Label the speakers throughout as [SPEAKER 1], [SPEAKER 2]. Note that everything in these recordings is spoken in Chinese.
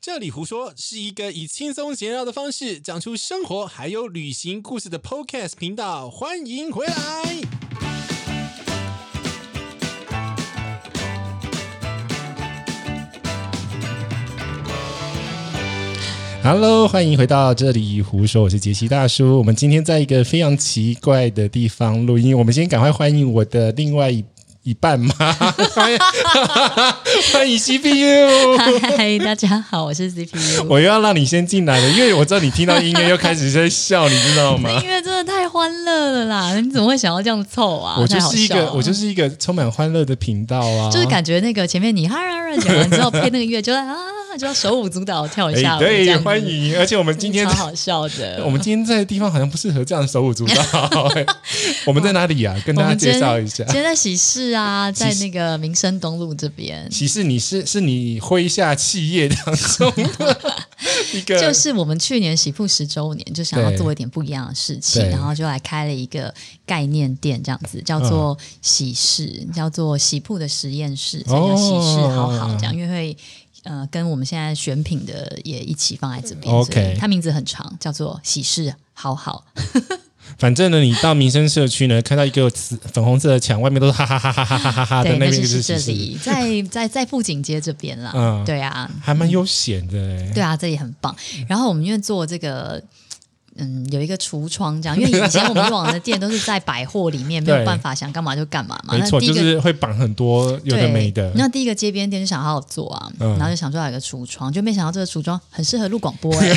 [SPEAKER 1] 这里胡说是一个以轻松闲聊的方式讲出生活还有旅行故事的 Podcast 频道，欢迎回来。Hello，欢迎回到这里胡说，我是杰西大叔。我们今天在一个非常奇怪的地方录音，我们先赶快欢迎我的另外一一半嘛， 欢迎欢迎 CPU。
[SPEAKER 2] 嗨，大家好，我是 CPU。
[SPEAKER 1] 我又要让你先进来了，因为我知道你听到音乐又开始在笑，你知道吗？
[SPEAKER 2] 音乐真的太欢乐了啦！你怎么会想要这样凑啊？
[SPEAKER 1] 我就
[SPEAKER 2] 太 好
[SPEAKER 1] 是一
[SPEAKER 2] 笑
[SPEAKER 1] 个
[SPEAKER 2] 了
[SPEAKER 1] 我就是一个充满欢乐的频道啊，
[SPEAKER 2] 就是感觉那个前面你哈啦 哈啦讲完之后配那个乐，就啊就要手舞足蹈跳一下
[SPEAKER 1] 哎
[SPEAKER 2] 舞，这
[SPEAKER 1] 对，
[SPEAKER 2] 样子嗯
[SPEAKER 1] 欢迎，而且我们今天
[SPEAKER 2] 超。好笑 的。
[SPEAKER 1] 我们今天在的地方好像不适合这样手舞足蹈、 哎我们在哪里呀、跟大
[SPEAKER 2] 我
[SPEAKER 1] 家
[SPEAKER 2] 们今
[SPEAKER 1] 介
[SPEAKER 2] 天
[SPEAKER 1] 绍一下
[SPEAKER 2] 今。天在喜事啊，
[SPEAKER 1] 喜
[SPEAKER 2] 在
[SPEAKER 1] 事
[SPEAKER 2] 那个民生东路这边，
[SPEAKER 1] 其实你是是你麾下企业当中的一 个，
[SPEAKER 2] 就是我们去年喜富十周年，就想要
[SPEAKER 1] 对
[SPEAKER 2] 做一点不一样的事情
[SPEAKER 1] 对，
[SPEAKER 2] 然后就来开了一个概念店，这样子叫做
[SPEAKER 1] 嗯
[SPEAKER 2] 喜事，叫做喜铺的实验
[SPEAKER 1] 哦
[SPEAKER 2] 室，所以叫喜事好好这样，因为会。呃，跟我们现在选品的也一起放在这边。
[SPEAKER 1] OK
[SPEAKER 2] 所以它名字很长，叫做喜事好好。
[SPEAKER 1] 反正呢，你到民生社区呢，看到一个紫粉红色的墙，外面都是哈哈哈哈哈哈哈哈的，
[SPEAKER 2] 对，
[SPEAKER 1] 那
[SPEAKER 2] 那
[SPEAKER 1] 边
[SPEAKER 2] 就
[SPEAKER 1] 就是
[SPEAKER 2] 这
[SPEAKER 1] 是喜事，
[SPEAKER 2] 里，在在在富锦街这边啦。
[SPEAKER 1] 嗯
[SPEAKER 2] 对啊，
[SPEAKER 1] 还蛮悠闲的、哎
[SPEAKER 2] 对啊，这里很棒。然后我们因为做这个。嗯，有一个橱窗这样，因为以前我们往的店都是在百货里面，没
[SPEAKER 1] 对
[SPEAKER 2] 有办法想干嘛就干嘛嘛。
[SPEAKER 1] 没
[SPEAKER 2] 那
[SPEAKER 1] 错，
[SPEAKER 2] 第一
[SPEAKER 1] 就
[SPEAKER 2] 个
[SPEAKER 1] 是会绑很多有的
[SPEAKER 2] 对
[SPEAKER 1] 没的。
[SPEAKER 2] 那第一个街边店就想好好做啊，
[SPEAKER 1] 嗯
[SPEAKER 2] 然后就想说要有一个橱窗，就没想到这个橱窗很适合录广播、 欸，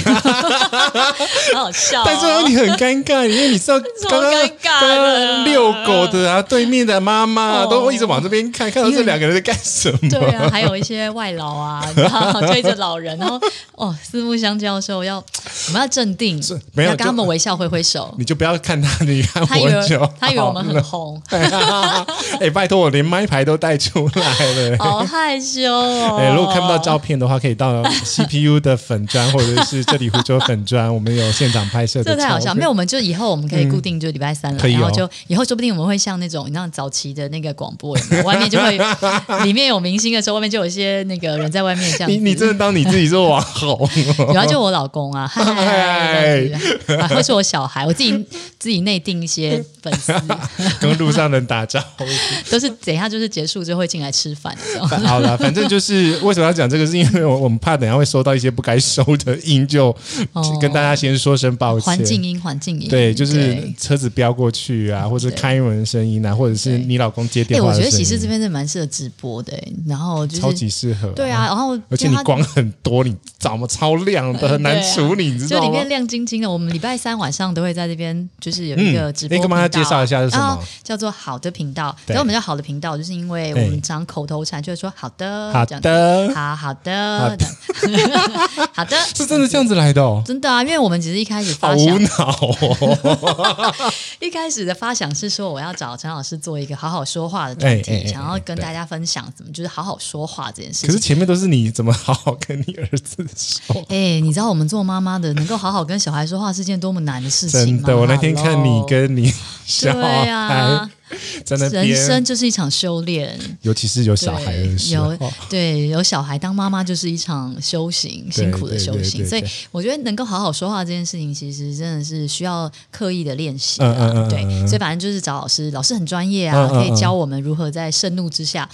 [SPEAKER 2] 好好笑、哦。
[SPEAKER 1] 但是你很尴尬，因为你知道
[SPEAKER 2] 么
[SPEAKER 1] 刚刚
[SPEAKER 2] 尴尬
[SPEAKER 1] 刚
[SPEAKER 2] 的
[SPEAKER 1] 刚遛狗的啊，对面的妈妈啊
[SPEAKER 2] 哦
[SPEAKER 1] 都一直往这边看，看到这两个人在干什么。
[SPEAKER 2] 对啊，还有一些外劳啊，然后推着老人，然后哦，四木香教授要我们要镇定
[SPEAKER 1] 是，没有
[SPEAKER 2] 要跟他
[SPEAKER 1] 就
[SPEAKER 2] 们微笑挥挥手。
[SPEAKER 1] 你就不要看他，你看
[SPEAKER 2] 他以为
[SPEAKER 1] 我就好
[SPEAKER 2] 他以为我们
[SPEAKER 1] 了
[SPEAKER 2] 很红，
[SPEAKER 1] 哎，拜托，我连麦牌都带出来 了。
[SPEAKER 2] 好害羞哦！
[SPEAKER 1] 哎，如果看不到照片的话，可以到 CPU 的粉砖或者是这里湖州粉砖，我们有现场拍摄的
[SPEAKER 2] 这
[SPEAKER 1] 照片。
[SPEAKER 2] 太好笑，没有，我们就以后我们可以固定就礼拜三来，
[SPEAKER 1] 可以哦
[SPEAKER 2] 然后就以后说不定我们会像那种你知道早期的那个广播有没 有，外面就会里面有明星的时候，外面就有一些那个人在外面这样子。
[SPEAKER 1] 你你真的当你自己是网红？
[SPEAKER 2] 然后就我老公啊，
[SPEAKER 1] 哦
[SPEAKER 2] 嗨，这样子啊或是我小孩，我自己自己内定一些粉丝，
[SPEAKER 1] 跟路上人打招呼。
[SPEAKER 2] 都是等一下就是结束就会进来吃饭 这种。
[SPEAKER 1] 好啦，反正就是为什么要讲这个，是因为我我们怕等一下会收到一些不该收的音，就、
[SPEAKER 2] 哦
[SPEAKER 1] 跟大家先说声抱歉。
[SPEAKER 2] 环境音，环境音，
[SPEAKER 1] 对，就是
[SPEAKER 2] 对
[SPEAKER 1] 车子飙过去啊，或者开门声音啊，或者是你老公接
[SPEAKER 2] 哎，
[SPEAKER 1] 电话
[SPEAKER 2] 我
[SPEAKER 1] 的声
[SPEAKER 2] 觉
[SPEAKER 1] 音，
[SPEAKER 2] 得喜事这边是蛮适合直播的，欸然后就是
[SPEAKER 1] 超级适合。
[SPEAKER 2] 对，啊，然后
[SPEAKER 1] 而且
[SPEAKER 2] 因
[SPEAKER 1] 你
[SPEAKER 2] 为它
[SPEAKER 1] 光很多，你怎么超亮的， 很难处理，你知
[SPEAKER 2] 啊就
[SPEAKER 1] 道
[SPEAKER 2] 里
[SPEAKER 1] 吗
[SPEAKER 2] 面？亮晶晶的。我们礼拜三晚上都会在这边，就是有一个直播
[SPEAKER 1] 嗯你
[SPEAKER 2] 频道、
[SPEAKER 1] 跟大家介绍一下是什么
[SPEAKER 2] 啊？叫做好的频道。
[SPEAKER 1] 对
[SPEAKER 2] 然后我们叫好的频道，就是因为我
[SPEAKER 1] 哎
[SPEAKER 2] 们常口头禅就会说好的，
[SPEAKER 1] 好
[SPEAKER 2] 这样子，
[SPEAKER 1] 的，
[SPEAKER 2] 好好
[SPEAKER 1] 好
[SPEAKER 2] 的， 好的，
[SPEAKER 1] 是真的这样子来的哦，
[SPEAKER 2] 真的啊，因为我们只是一开始
[SPEAKER 1] 好
[SPEAKER 2] 发
[SPEAKER 1] 无
[SPEAKER 2] 想，
[SPEAKER 1] 脑哦。
[SPEAKER 2] 一开始的发想是说我要找陈老师做一个好好说话的专题，
[SPEAKER 1] 哎哎哎
[SPEAKER 2] 想要跟
[SPEAKER 1] 对
[SPEAKER 2] 大家分享怎么就是好好说话这件事
[SPEAKER 1] 可
[SPEAKER 2] 情
[SPEAKER 1] 是。前面都是你怎么好好跟你儿子说？
[SPEAKER 2] 哎、你知道我们做妈妈的能够好好跟小孩说话是件多么难的事情
[SPEAKER 1] 真
[SPEAKER 2] 吗？
[SPEAKER 1] 的，我那天看你
[SPEAKER 2] Hello
[SPEAKER 1] 跟你小
[SPEAKER 2] 对
[SPEAKER 1] 孩
[SPEAKER 2] 啊
[SPEAKER 1] 在那
[SPEAKER 2] 人生
[SPEAKER 1] 边，
[SPEAKER 2] 就是一场修炼，
[SPEAKER 1] 尤其是有小孩
[SPEAKER 2] 对
[SPEAKER 1] 的时候
[SPEAKER 2] 有，对有小孩当妈妈就是一场修行，辛苦的修行。
[SPEAKER 1] 对对对
[SPEAKER 2] 所以
[SPEAKER 1] 对
[SPEAKER 2] 我觉得能够好好说话这件事情，其实真的是需要刻意的练习
[SPEAKER 1] 嗯
[SPEAKER 2] 啊。
[SPEAKER 1] 嗯嗯嗯
[SPEAKER 2] 对
[SPEAKER 1] 嗯，
[SPEAKER 2] 所以反正就是找老师，老师很专业啊，
[SPEAKER 1] 嗯嗯嗯
[SPEAKER 2] 可以教我们如何在盛怒 之下，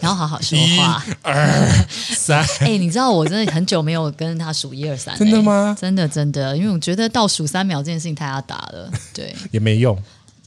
[SPEAKER 2] 然后好好说
[SPEAKER 1] 一
[SPEAKER 2] 话。
[SPEAKER 1] 二三，
[SPEAKER 2] 哎、你知道我真的很久没有跟他数一二三、
[SPEAKER 1] 真的
[SPEAKER 2] 哎
[SPEAKER 1] 吗
[SPEAKER 2] 真的真的，因为我觉得倒数三秒这件事情太阿达了。对，
[SPEAKER 1] 也没用。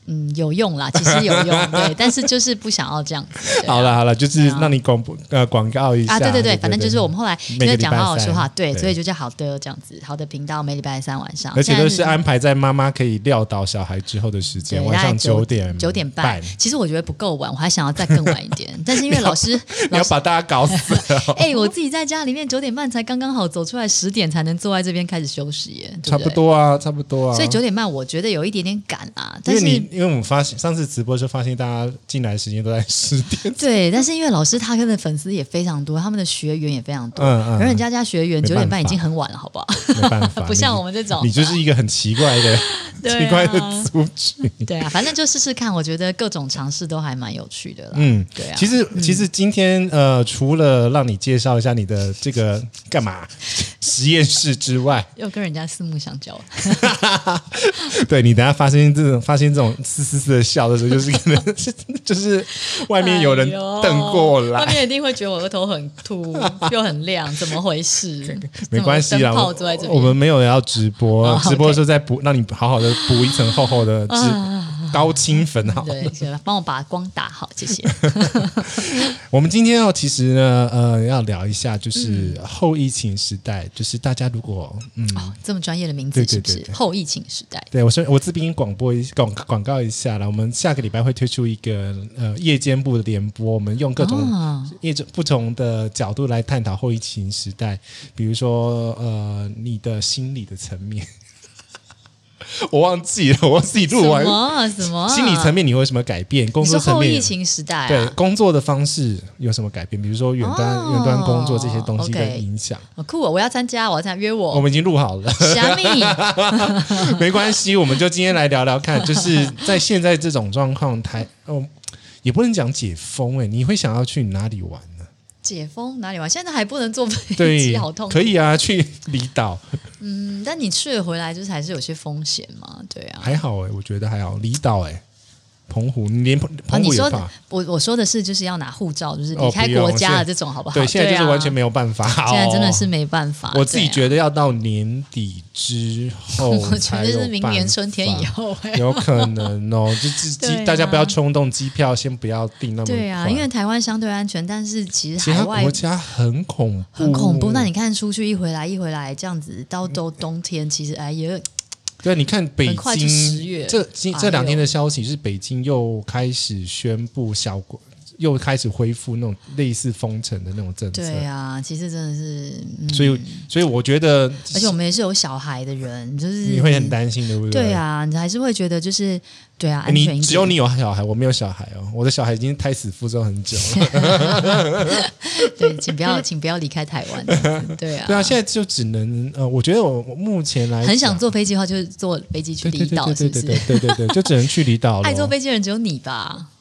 [SPEAKER 2] 嗯，有 用啦，其实有用，对，但是就是不想要这样子。对啊
[SPEAKER 1] 好了好了，就是让你广播呃广告一下
[SPEAKER 2] 啊，对对对，反正就是我们后来因
[SPEAKER 1] 每个
[SPEAKER 2] 为
[SPEAKER 1] 礼
[SPEAKER 2] 讲
[SPEAKER 1] 拜
[SPEAKER 2] 好好说话，
[SPEAKER 1] 三
[SPEAKER 2] 对，
[SPEAKER 1] 对
[SPEAKER 2] 所以就叫好的这样子，好的频道每礼拜三晚上，
[SPEAKER 1] 而且
[SPEAKER 2] 现在
[SPEAKER 1] 都是安排在妈妈可以撂倒小孩之后的时
[SPEAKER 2] 对
[SPEAKER 1] 间，晚
[SPEAKER 2] 大概
[SPEAKER 1] 上
[SPEAKER 2] 九
[SPEAKER 1] 点
[SPEAKER 2] 九点半，其实我觉得不够晚，我还想要再更晚一 点，但是因为老师
[SPEAKER 1] 你
[SPEAKER 2] 老
[SPEAKER 1] 要
[SPEAKER 2] 师。。
[SPEAKER 1] 把大家搞死 哦
[SPEAKER 2] 哎、我自己在家里面九点半才刚刚好走出来，十点才能坐在这边开始休息耶，对
[SPEAKER 1] 差
[SPEAKER 2] 对
[SPEAKER 1] 不。多啊，差不多啊。
[SPEAKER 2] 所以九点半我觉得有一点点赶啊，
[SPEAKER 1] 因
[SPEAKER 2] 但
[SPEAKER 1] 为
[SPEAKER 2] 是
[SPEAKER 1] 你因为我们发现上次直播就发现大家进来的时间都在十点，
[SPEAKER 2] 对，但是因为老师他跟的粉丝也非常多，他们的学员也非常多，
[SPEAKER 1] 嗯嗯
[SPEAKER 2] 而人家家学员
[SPEAKER 1] 没
[SPEAKER 2] 九点
[SPEAKER 1] 办
[SPEAKER 2] 半已
[SPEAKER 1] 法
[SPEAKER 2] 经很晚了，好不好？
[SPEAKER 1] 没办法，
[SPEAKER 2] 不像
[SPEAKER 1] 你
[SPEAKER 2] 我们这种
[SPEAKER 1] 你就是一个很奇怪的
[SPEAKER 2] 对啊
[SPEAKER 1] 奇怪的族群。
[SPEAKER 2] 对啊，反正就试试看，我觉得各种尝试都还蛮有趣的啦。
[SPEAKER 1] 嗯，
[SPEAKER 2] 对啊
[SPEAKER 1] 其实其实今天呃，除了让你介绍一下你的这个干 嘛实验室之外，
[SPEAKER 2] 又跟人家四目相交，啊
[SPEAKER 1] 对你等下发生这种发现这种嘶嘶嘶的笑的时候，就是可能 是就是 外面有人
[SPEAKER 2] 哎呦
[SPEAKER 1] 瞪过来
[SPEAKER 2] 外，面一定会觉得我额头很凸又很亮，怎么回事？
[SPEAKER 1] 没关系
[SPEAKER 2] 怎
[SPEAKER 1] 啦，
[SPEAKER 2] 么灯泡
[SPEAKER 1] 我
[SPEAKER 2] 坐在这
[SPEAKER 1] 我
[SPEAKER 2] 边，
[SPEAKER 1] 们没有要直播，
[SPEAKER 2] 哦
[SPEAKER 1] 直播
[SPEAKER 2] OK 嗯
[SPEAKER 1] 的时候再补，让你好好的补一层厚厚的脂、高清粉好。
[SPEAKER 2] 对，就帮我把光打好，谢谢。
[SPEAKER 1] 我们今天要其实呢，呃，要聊一下就是
[SPEAKER 2] 嗯
[SPEAKER 1] 后疫情时代，就是大家如果 嗯。
[SPEAKER 2] 哦，这么专业的名
[SPEAKER 1] 对
[SPEAKER 2] 字
[SPEAKER 1] 对
[SPEAKER 2] 是不
[SPEAKER 1] 对
[SPEAKER 2] 是
[SPEAKER 1] 对
[SPEAKER 2] 后疫情时代？
[SPEAKER 1] 对我是我自编广播一广广告一下了，我们下个礼拜会推出一个呃夜间部的联播，我们用各种
[SPEAKER 2] 哦
[SPEAKER 1] 一种不同的角度来探讨后疫情时代，比如说呃你的心理的层面， 我忘记了，我自己
[SPEAKER 2] 什
[SPEAKER 1] 录完
[SPEAKER 2] 么什么
[SPEAKER 1] 心理层面你会有什么改变？工
[SPEAKER 2] 你
[SPEAKER 1] 作
[SPEAKER 2] 说
[SPEAKER 1] 层
[SPEAKER 2] 后
[SPEAKER 1] 面
[SPEAKER 2] 疫情时代
[SPEAKER 1] 对
[SPEAKER 2] 啊，
[SPEAKER 1] 工作的方式有什么改变？比如说远端、
[SPEAKER 2] 哦
[SPEAKER 1] 远端工作这些东西的
[SPEAKER 2] OK
[SPEAKER 1] 影响，
[SPEAKER 2] 好酷哦！我要参加，我要参加，约
[SPEAKER 1] 我
[SPEAKER 2] 我。
[SPEAKER 1] 们已经录好了。
[SPEAKER 2] 虾米，
[SPEAKER 1] 没关系，我们就今天来聊聊看，就是在现在这种状况，台哦，也不能讲解封哎、你会想要去哪里玩呢？
[SPEAKER 2] 解封哪里玩？现在还不能坐飞
[SPEAKER 1] 对
[SPEAKER 2] 机，好痛，苦。
[SPEAKER 1] 可以啊，去离岛
[SPEAKER 2] 嗯，但你去了回来，就是还是有些风险嘛，对啊。
[SPEAKER 1] 还好哎、我觉得还好，离岛哎，澎湖，你连澎
[SPEAKER 2] 啊，
[SPEAKER 1] 澎
[SPEAKER 2] 你
[SPEAKER 1] 湖也
[SPEAKER 2] 说
[SPEAKER 1] 怕？
[SPEAKER 2] 我我说的是就是要拿护照，就是
[SPEAKER 1] 哦
[SPEAKER 2] 离开
[SPEAKER 1] 不用
[SPEAKER 2] 国家
[SPEAKER 1] 现在
[SPEAKER 2] 的这种，好不好？
[SPEAKER 1] 对，现在就是完全
[SPEAKER 2] 对啊
[SPEAKER 1] 没有办法、
[SPEAKER 2] 啊，现在真的
[SPEAKER 1] 哦
[SPEAKER 2] 是没办法。
[SPEAKER 1] 我自己
[SPEAKER 2] 对啊
[SPEAKER 1] 觉得要到年底之后
[SPEAKER 2] 我觉
[SPEAKER 1] 才
[SPEAKER 2] 得
[SPEAKER 1] 有
[SPEAKER 2] 是明年
[SPEAKER 1] 办
[SPEAKER 2] 春天以
[SPEAKER 1] 法。
[SPEAKER 2] 后、哎
[SPEAKER 1] 有可能 哦，就自
[SPEAKER 2] 对
[SPEAKER 1] 机
[SPEAKER 2] 啊
[SPEAKER 1] 大家不要冲动，机票先不要订那么
[SPEAKER 2] 对啊，
[SPEAKER 1] 快
[SPEAKER 2] 因为台湾相对安全，但是其
[SPEAKER 1] 其
[SPEAKER 2] 实海
[SPEAKER 1] 他
[SPEAKER 2] 外
[SPEAKER 1] 国家很恐怖，
[SPEAKER 2] 很恐怖。那你看出去一回来一回来这样子，到都冬天，其实哎也
[SPEAKER 1] 对，你看北
[SPEAKER 2] 很快就十
[SPEAKER 1] 京
[SPEAKER 2] 月
[SPEAKER 1] 这今
[SPEAKER 2] 哎呦
[SPEAKER 1] 这两天的消息是，北京又开始宣布小国又开始恢复那种类似封城的那种政策，
[SPEAKER 2] 对啊，其实真的是，嗯、
[SPEAKER 1] 所以所以我觉得，
[SPEAKER 2] 而且我们也是有小孩的人，就是
[SPEAKER 1] 你会很担心，对不对？
[SPEAKER 2] 对。啊，你还是会觉得就是对啊，安全一
[SPEAKER 1] 你
[SPEAKER 2] 点。
[SPEAKER 1] 只有你有小孩，我没有小孩哦。我的小孩已经胎死腹中很久了。
[SPEAKER 2] 对，请不要，请不要离开台湾。这样子对啊，
[SPEAKER 1] 对啊，现在就只能呃，我觉得我我目前来
[SPEAKER 2] 很想
[SPEAKER 1] 讲
[SPEAKER 2] 坐飞机的话，就是坐飞机去
[SPEAKER 1] 啊对对
[SPEAKER 2] 离
[SPEAKER 1] 对
[SPEAKER 2] 岛，
[SPEAKER 1] 对
[SPEAKER 2] 是
[SPEAKER 1] 对
[SPEAKER 2] 不
[SPEAKER 1] 对
[SPEAKER 2] 是？
[SPEAKER 1] 对对对对，就只能去离岛了。
[SPEAKER 2] 爱坐飞机的人只有你吧？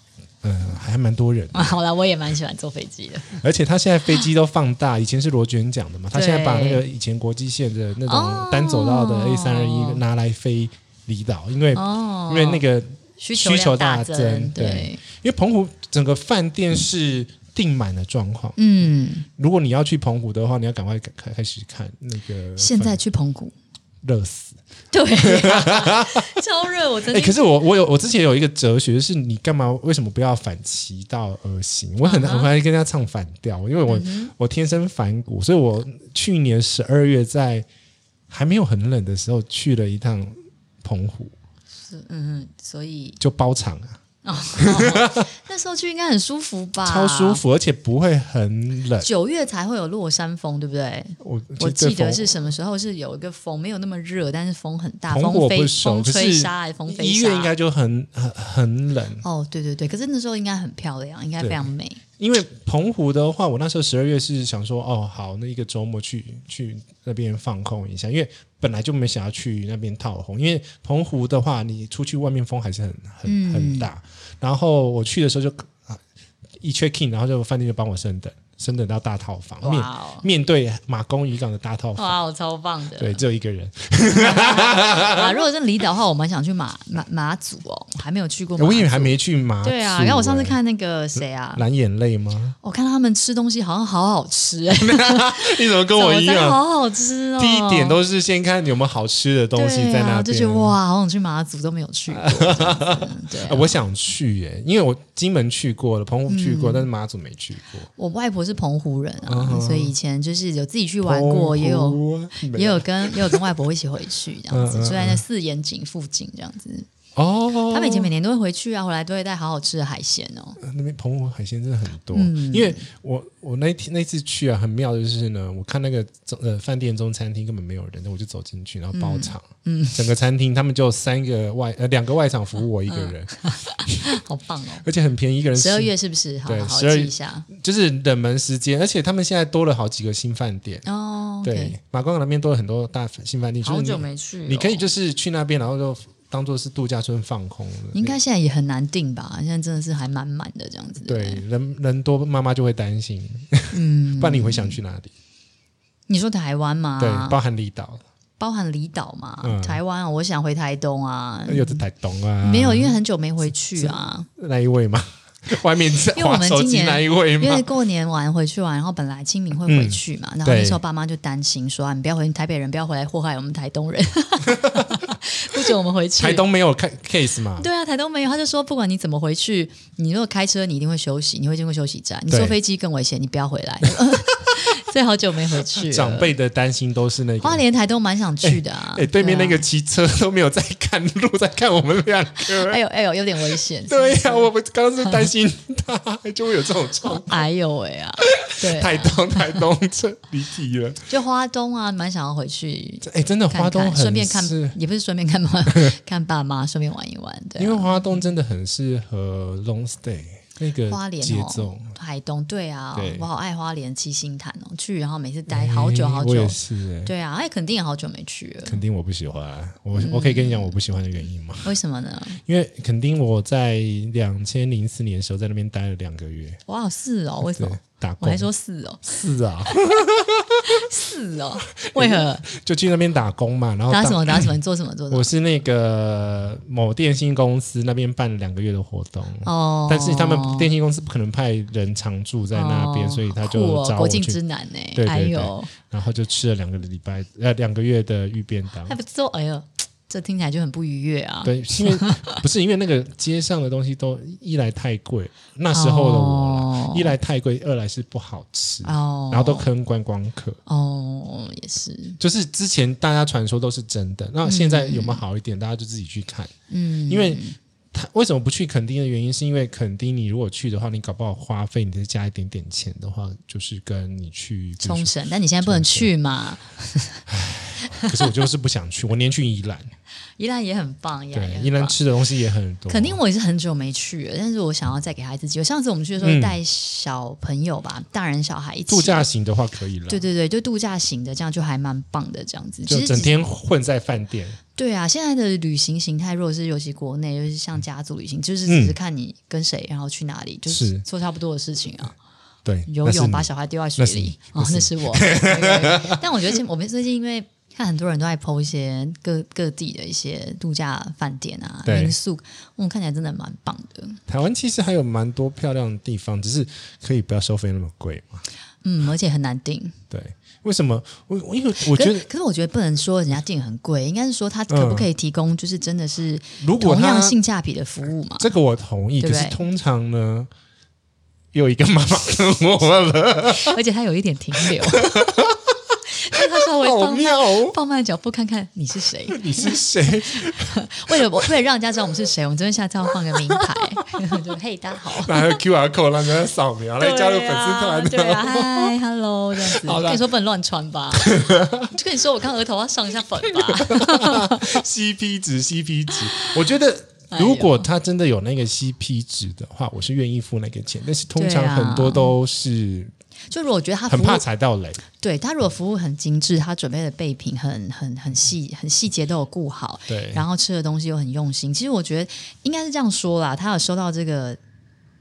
[SPEAKER 1] 嗯，还蛮多人的。
[SPEAKER 2] 啊，好啦，我也蛮喜欢坐飞 机的。
[SPEAKER 1] 而且他现在飞机都放大，以前是螺旋桨的嘛，他
[SPEAKER 2] 对
[SPEAKER 1] 现在把那个以前国际线的那种
[SPEAKER 2] 哦
[SPEAKER 1] 单走道的 A 三二一拿来飞离岛，因为、
[SPEAKER 2] 哦，
[SPEAKER 1] 因为那个
[SPEAKER 2] 需
[SPEAKER 1] 需
[SPEAKER 2] 量
[SPEAKER 1] 求大
[SPEAKER 2] 大
[SPEAKER 1] 增对
[SPEAKER 2] 对，
[SPEAKER 1] 因为澎湖整个饭店是订满的状况，
[SPEAKER 2] 嗯，
[SPEAKER 1] 如果你要去澎湖的话，你要赶快开开始看那个
[SPEAKER 2] 现在
[SPEAKER 1] 饭
[SPEAKER 2] 去澎湖，
[SPEAKER 1] 热死。
[SPEAKER 2] 对 啊，超热，我真
[SPEAKER 1] 哎、可
[SPEAKER 2] 的。
[SPEAKER 1] 是我我有我之前有一个哲学，就是你干嘛为什么不要反其道而行？我很
[SPEAKER 2] 嗯哼
[SPEAKER 1] 很怀疑跟他唱反调，因为我、
[SPEAKER 2] 嗯
[SPEAKER 1] 我天生反骨，所以我去年十二月在还没有很冷的时候去了一趟澎湖，
[SPEAKER 2] 嗯，所以 哦
[SPEAKER 1] 就包场啊，
[SPEAKER 2] 那时候去应该很舒服吧？
[SPEAKER 1] 超舒。服，而且不会很冷。
[SPEAKER 2] 九月才会有落山风，对不对？
[SPEAKER 1] 我
[SPEAKER 2] 我
[SPEAKER 1] 其实对
[SPEAKER 2] 记得
[SPEAKER 1] 澎
[SPEAKER 2] 是什么时候是有一个风，没有那么热，但是风很大，
[SPEAKER 1] 澎湖
[SPEAKER 2] 风
[SPEAKER 1] 我不
[SPEAKER 2] 飞
[SPEAKER 1] 熟，
[SPEAKER 2] 风
[SPEAKER 1] 可
[SPEAKER 2] 吹
[SPEAKER 1] 是
[SPEAKER 2] 沙还是风飞
[SPEAKER 1] 一
[SPEAKER 2] 沙？
[SPEAKER 1] 月应该就很很很冷，
[SPEAKER 2] 哦，对对对，可是那时候应该很漂亮，应该
[SPEAKER 1] 对
[SPEAKER 2] 非常美。
[SPEAKER 1] 因为澎湖的话，我那时候十二月是想说，哦，好，那一个周末去去那边放空一下，因为本来就没想要去那边套红，因为澎湖的话，你出去外面风还是很很
[SPEAKER 2] 嗯
[SPEAKER 1] 很大。然后我去的时候就、啊一 check in，然后就饭店就帮我升等，升等到大套房，面
[SPEAKER 2] 哇哦，
[SPEAKER 1] 面对马公渔港的大套房，
[SPEAKER 2] 哇哦，超棒的！
[SPEAKER 1] 对，只有一个人。
[SPEAKER 2] 啊，如果是离岛的话，我蛮想去马马马祖哦，我还没有去过马祖。
[SPEAKER 1] 哎我也还没去马祖、
[SPEAKER 2] 对啊，然后我上次
[SPEAKER 1] 欸
[SPEAKER 2] 看那个谁啊，
[SPEAKER 1] 蓝眼泪吗？
[SPEAKER 2] 我看到他们吃东西好像好好吃哎、
[SPEAKER 1] 你怎么跟
[SPEAKER 2] 早
[SPEAKER 1] 我一
[SPEAKER 2] 餐
[SPEAKER 1] 样？
[SPEAKER 2] 好好吃哦。
[SPEAKER 1] 啊第一点都是先看有没有好吃的东西在
[SPEAKER 2] 对
[SPEAKER 1] 那边，
[SPEAKER 2] 啊，就觉得哇，好想去马祖都没有去过。这 样子对啊、
[SPEAKER 1] 呃我想去耶、因为我金门去过了，澎湖去
[SPEAKER 2] 嗯
[SPEAKER 1] 过，但是马祖没去过。
[SPEAKER 2] 我外婆是澎湖人啊，
[SPEAKER 1] 嗯哼
[SPEAKER 2] 所以以前就是有自己去玩过，也
[SPEAKER 1] 澎
[SPEAKER 2] 有。
[SPEAKER 1] 湖啊
[SPEAKER 2] 也有跟也有跟外婆一起回去这样 子，
[SPEAKER 1] 嗯嗯嗯
[SPEAKER 2] 住在那四眼井附近这样子。
[SPEAKER 1] 哦，
[SPEAKER 2] 他们以前每年都会回去啊，回来都会带好好吃的海鲜 哦。
[SPEAKER 1] 呃那边澎湖海鲜真的很多，
[SPEAKER 2] 嗯
[SPEAKER 1] 因为我我那一天那次去啊，很妙的就是呢，我看那个中呃饭店中餐厅根本没有人，我就走进去，然后包场，嗯，整个餐厅他们就三个外呃两个外场服务我一个人，
[SPEAKER 2] 好棒哦！
[SPEAKER 1] 而且很便宜，一个人
[SPEAKER 2] 嗯十二
[SPEAKER 1] 吃
[SPEAKER 2] 月是不是？好
[SPEAKER 1] 对
[SPEAKER 2] 好
[SPEAKER 1] 12
[SPEAKER 2] 记一下
[SPEAKER 1] 就是冷门时间，而且他们现在多了好几个新饭店，
[SPEAKER 2] 哦。
[SPEAKER 1] 对，马光港那边多了很多大新饭店，就是
[SPEAKER 2] 好
[SPEAKER 1] 你
[SPEAKER 2] 久没去哦、
[SPEAKER 1] 你可以就是去那边，然后就当做是度假村放空了。
[SPEAKER 2] 应该现在也很难定吧？现在真的是还满满的这样子。
[SPEAKER 1] 对，人人多，妈妈就会担心。
[SPEAKER 2] 嗯，啊
[SPEAKER 1] 不然你会想去哪里？
[SPEAKER 2] 你说台湾吗？
[SPEAKER 1] 对，包含离岛，
[SPEAKER 2] 包含离岛嘛，
[SPEAKER 1] 嗯
[SPEAKER 2] 台湾啊，我想回台东啊，
[SPEAKER 1] 又是台东啊，
[SPEAKER 2] 没有，因为很久没回去啊。
[SPEAKER 1] 那一位 吗？外面在
[SPEAKER 2] 因为我
[SPEAKER 1] 划
[SPEAKER 2] 们
[SPEAKER 1] 手
[SPEAKER 2] 今
[SPEAKER 1] 机
[SPEAKER 2] 年
[SPEAKER 1] 那一位
[SPEAKER 2] 因
[SPEAKER 1] 吗嗯
[SPEAKER 2] 为？过年完回去玩，然后本来清明会回去嘛，然后那时候爸妈就担心说：“啊，你不要回台北人，不要回来祸害我们台东人。” 不准我们回去。
[SPEAKER 1] 台东没有 ca- case 嘛？
[SPEAKER 2] 对啊，台东没有，他就说不管你怎么回去，你如果开车，你一定会休息，你会经过休息站。你
[SPEAKER 1] 对
[SPEAKER 2] 坐飞机更危险，你不要回来。 所以好久没回去了
[SPEAKER 1] 长辈的担心都是那
[SPEAKER 2] 花
[SPEAKER 1] 个。
[SPEAKER 2] 莲、台东蛮想去的啊。
[SPEAKER 1] 哎，对面那个
[SPEAKER 2] 啊，
[SPEAKER 1] 骑车都没有在看路，在看我们两个。
[SPEAKER 2] 哎呦哎呦，有点危险。
[SPEAKER 1] 对啊呀，我们刚刚是担心他， 就会有这种状况。
[SPEAKER 2] 哎呦喂啊！ 对啊
[SPEAKER 1] 台东，台东，这离题了。
[SPEAKER 2] 就花东啊，蛮想要回去
[SPEAKER 1] 哎，真的
[SPEAKER 2] 看
[SPEAKER 1] 花东
[SPEAKER 2] 看，
[SPEAKER 1] 很
[SPEAKER 2] 顺便看
[SPEAKER 1] 适，
[SPEAKER 2] 也不是顺便看妈 看爸妈，顺便玩一玩。对啊、
[SPEAKER 1] 因为花东真的很适合 long stay 那个
[SPEAKER 2] 花莲
[SPEAKER 1] 节奏
[SPEAKER 2] 哦。，台东对啊
[SPEAKER 1] 对哎
[SPEAKER 2] 我好爱花莲七星潭哦，去然后每次待好久好
[SPEAKER 1] 嗯我
[SPEAKER 2] 久
[SPEAKER 1] 也。是哎，
[SPEAKER 2] 对啊，哎，肯定也好久没去了，
[SPEAKER 1] 肯定我不喜欢。啊我
[SPEAKER 2] 嗯
[SPEAKER 1] 我可以跟你讲我不喜欢的原因吗？
[SPEAKER 2] 为什么呢？
[SPEAKER 1] 因为肯定我在两千零四年的时候在那边待了两个月，
[SPEAKER 2] 哇，是哦，为什
[SPEAKER 1] 对
[SPEAKER 2] 么？，
[SPEAKER 1] 打
[SPEAKER 2] 我
[SPEAKER 1] 工。
[SPEAKER 2] 还说是哦，
[SPEAKER 1] 是啊，
[SPEAKER 2] 是哦，为何？
[SPEAKER 1] 就去那边打工嘛，然后
[SPEAKER 2] 打什么打什么？你做什么做什
[SPEAKER 1] 我
[SPEAKER 2] 么？
[SPEAKER 1] 是那个某电信公司那边办了两个月的活动。
[SPEAKER 2] 哦，
[SPEAKER 1] 但是他们电信公司不可能派人常住在那边，
[SPEAKER 2] 哦
[SPEAKER 1] 所以他
[SPEAKER 2] 好酷
[SPEAKER 1] 就
[SPEAKER 2] 哦
[SPEAKER 1] 找
[SPEAKER 2] 国
[SPEAKER 1] 我
[SPEAKER 2] 境
[SPEAKER 1] 去，
[SPEAKER 2] 之南呢、
[SPEAKER 1] 对对
[SPEAKER 2] 哎
[SPEAKER 1] 对
[SPEAKER 2] 呦，
[SPEAKER 1] 然后就吃了两个礼拜，呃，两个月的预便当
[SPEAKER 2] 还。不错，哎呦，这听起来就很不愉悦啊。
[SPEAKER 1] 对， 因为不是因为那个街上的东西都一来太贵，那时候的我啦，
[SPEAKER 2] 哦
[SPEAKER 1] 一来太贵，二来是不好吃，
[SPEAKER 2] 哦，
[SPEAKER 1] 然后都坑观光客。
[SPEAKER 2] 哦，也是，
[SPEAKER 1] 就是之前大家传说都是真的，那现在有没有好一点？大家就自己去看。
[SPEAKER 2] 嗯，
[SPEAKER 1] 因为他为什么不去垦丁的原因，是因为垦丁你如果去的话，你搞不好花费你再加一点点钱的话，就是跟你去比如
[SPEAKER 2] 冲
[SPEAKER 1] 说
[SPEAKER 2] 绳，但你现在不能
[SPEAKER 1] 冲绳
[SPEAKER 2] 去嘛，
[SPEAKER 1] 可是我就是不想 去，我连去宜兰，
[SPEAKER 2] 宜兰也很棒，宜兰也
[SPEAKER 1] 对，
[SPEAKER 2] 很
[SPEAKER 1] 宜兰
[SPEAKER 2] 棒
[SPEAKER 1] 吃的东西也很多，
[SPEAKER 2] 肯定我也是很久没去了，但是我想要再给他一次机会。上次我们去的时
[SPEAKER 1] 嗯
[SPEAKER 2] 候带小朋友吧，大人小孩一起
[SPEAKER 1] 度假，型的话可以了。
[SPEAKER 2] 对对对，就度假型的，这样就还蛮棒的。这样子，其
[SPEAKER 1] 就
[SPEAKER 2] 实
[SPEAKER 1] 整
[SPEAKER 2] 只
[SPEAKER 1] 天混在饭店，
[SPEAKER 2] 对啊，现在的旅行形态，如果是尤其国内，尤其像家族旅行，就是
[SPEAKER 1] 嗯
[SPEAKER 2] 只是看你跟谁，然后去哪里，就是是做差不多的事情啊。
[SPEAKER 1] 对，
[SPEAKER 2] 游
[SPEAKER 1] 那是
[SPEAKER 2] 泳
[SPEAKER 1] 你
[SPEAKER 2] 把小孩丢在水里，
[SPEAKER 1] 那
[SPEAKER 2] 哦，
[SPEAKER 1] 是你
[SPEAKER 2] 那是 我。对但我觉得现我们最近因为看很多人都在 PO 一些各各地的一些度假饭店啊、
[SPEAKER 1] 对
[SPEAKER 2] 民宿，我、看起来真的蛮棒的。
[SPEAKER 1] 台湾其实还有蛮多漂亮的地方，只是可以不要收费那么贵嘛。
[SPEAKER 2] 嗯，而且很难定。
[SPEAKER 1] 对，为什么？我我因为我
[SPEAKER 2] 可
[SPEAKER 1] 觉
[SPEAKER 2] 是
[SPEAKER 1] 得，
[SPEAKER 2] 可是我觉得不能说人家定很贵，应该是说他可不可以提供就是真的是
[SPEAKER 1] 如果
[SPEAKER 2] 同
[SPEAKER 1] 他
[SPEAKER 2] 样性价比的服 务嘛？
[SPEAKER 1] 这个我同意，
[SPEAKER 2] 对
[SPEAKER 1] 可
[SPEAKER 2] 不对
[SPEAKER 1] 是通常呢，又有一个妈妈跟我了，
[SPEAKER 2] 而且他有一点停 留，但他稍微
[SPEAKER 1] 好
[SPEAKER 2] 放慢
[SPEAKER 1] 妙哦！
[SPEAKER 2] 放慢脚步，看看你是谁。
[SPEAKER 1] 你是 谁？
[SPEAKER 2] 为了我，为了让人家知道我们是谁，我们这边下次要放个 名牌， 就嘿，大家好。
[SPEAKER 1] 拿个 QR code 让人家扫描来加入粉丝团
[SPEAKER 2] 啊对啊，
[SPEAKER 1] 哦。
[SPEAKER 2] 嗨，hello，这样子。
[SPEAKER 1] 好啦
[SPEAKER 2] 跟你说不能乱穿 吧？就跟你说，我看额头要上一下粉吧。啊
[SPEAKER 1] CP 值，CP 值，我觉得。
[SPEAKER 2] 哎
[SPEAKER 1] 如果他真的有那个 CP 值的话，我是愿意付那个钱。但是通常
[SPEAKER 2] 对啊
[SPEAKER 1] 很多都是
[SPEAKER 2] 就如果我觉得他服
[SPEAKER 1] 很
[SPEAKER 2] 务
[SPEAKER 1] 怕踩到雷，
[SPEAKER 2] 对他如果服务很精致，他准备的备品很很很细，很细节都有顾好，
[SPEAKER 1] 对
[SPEAKER 2] 然后吃的东西又很用心。其实我觉得应该是这样说啦，他有收到这个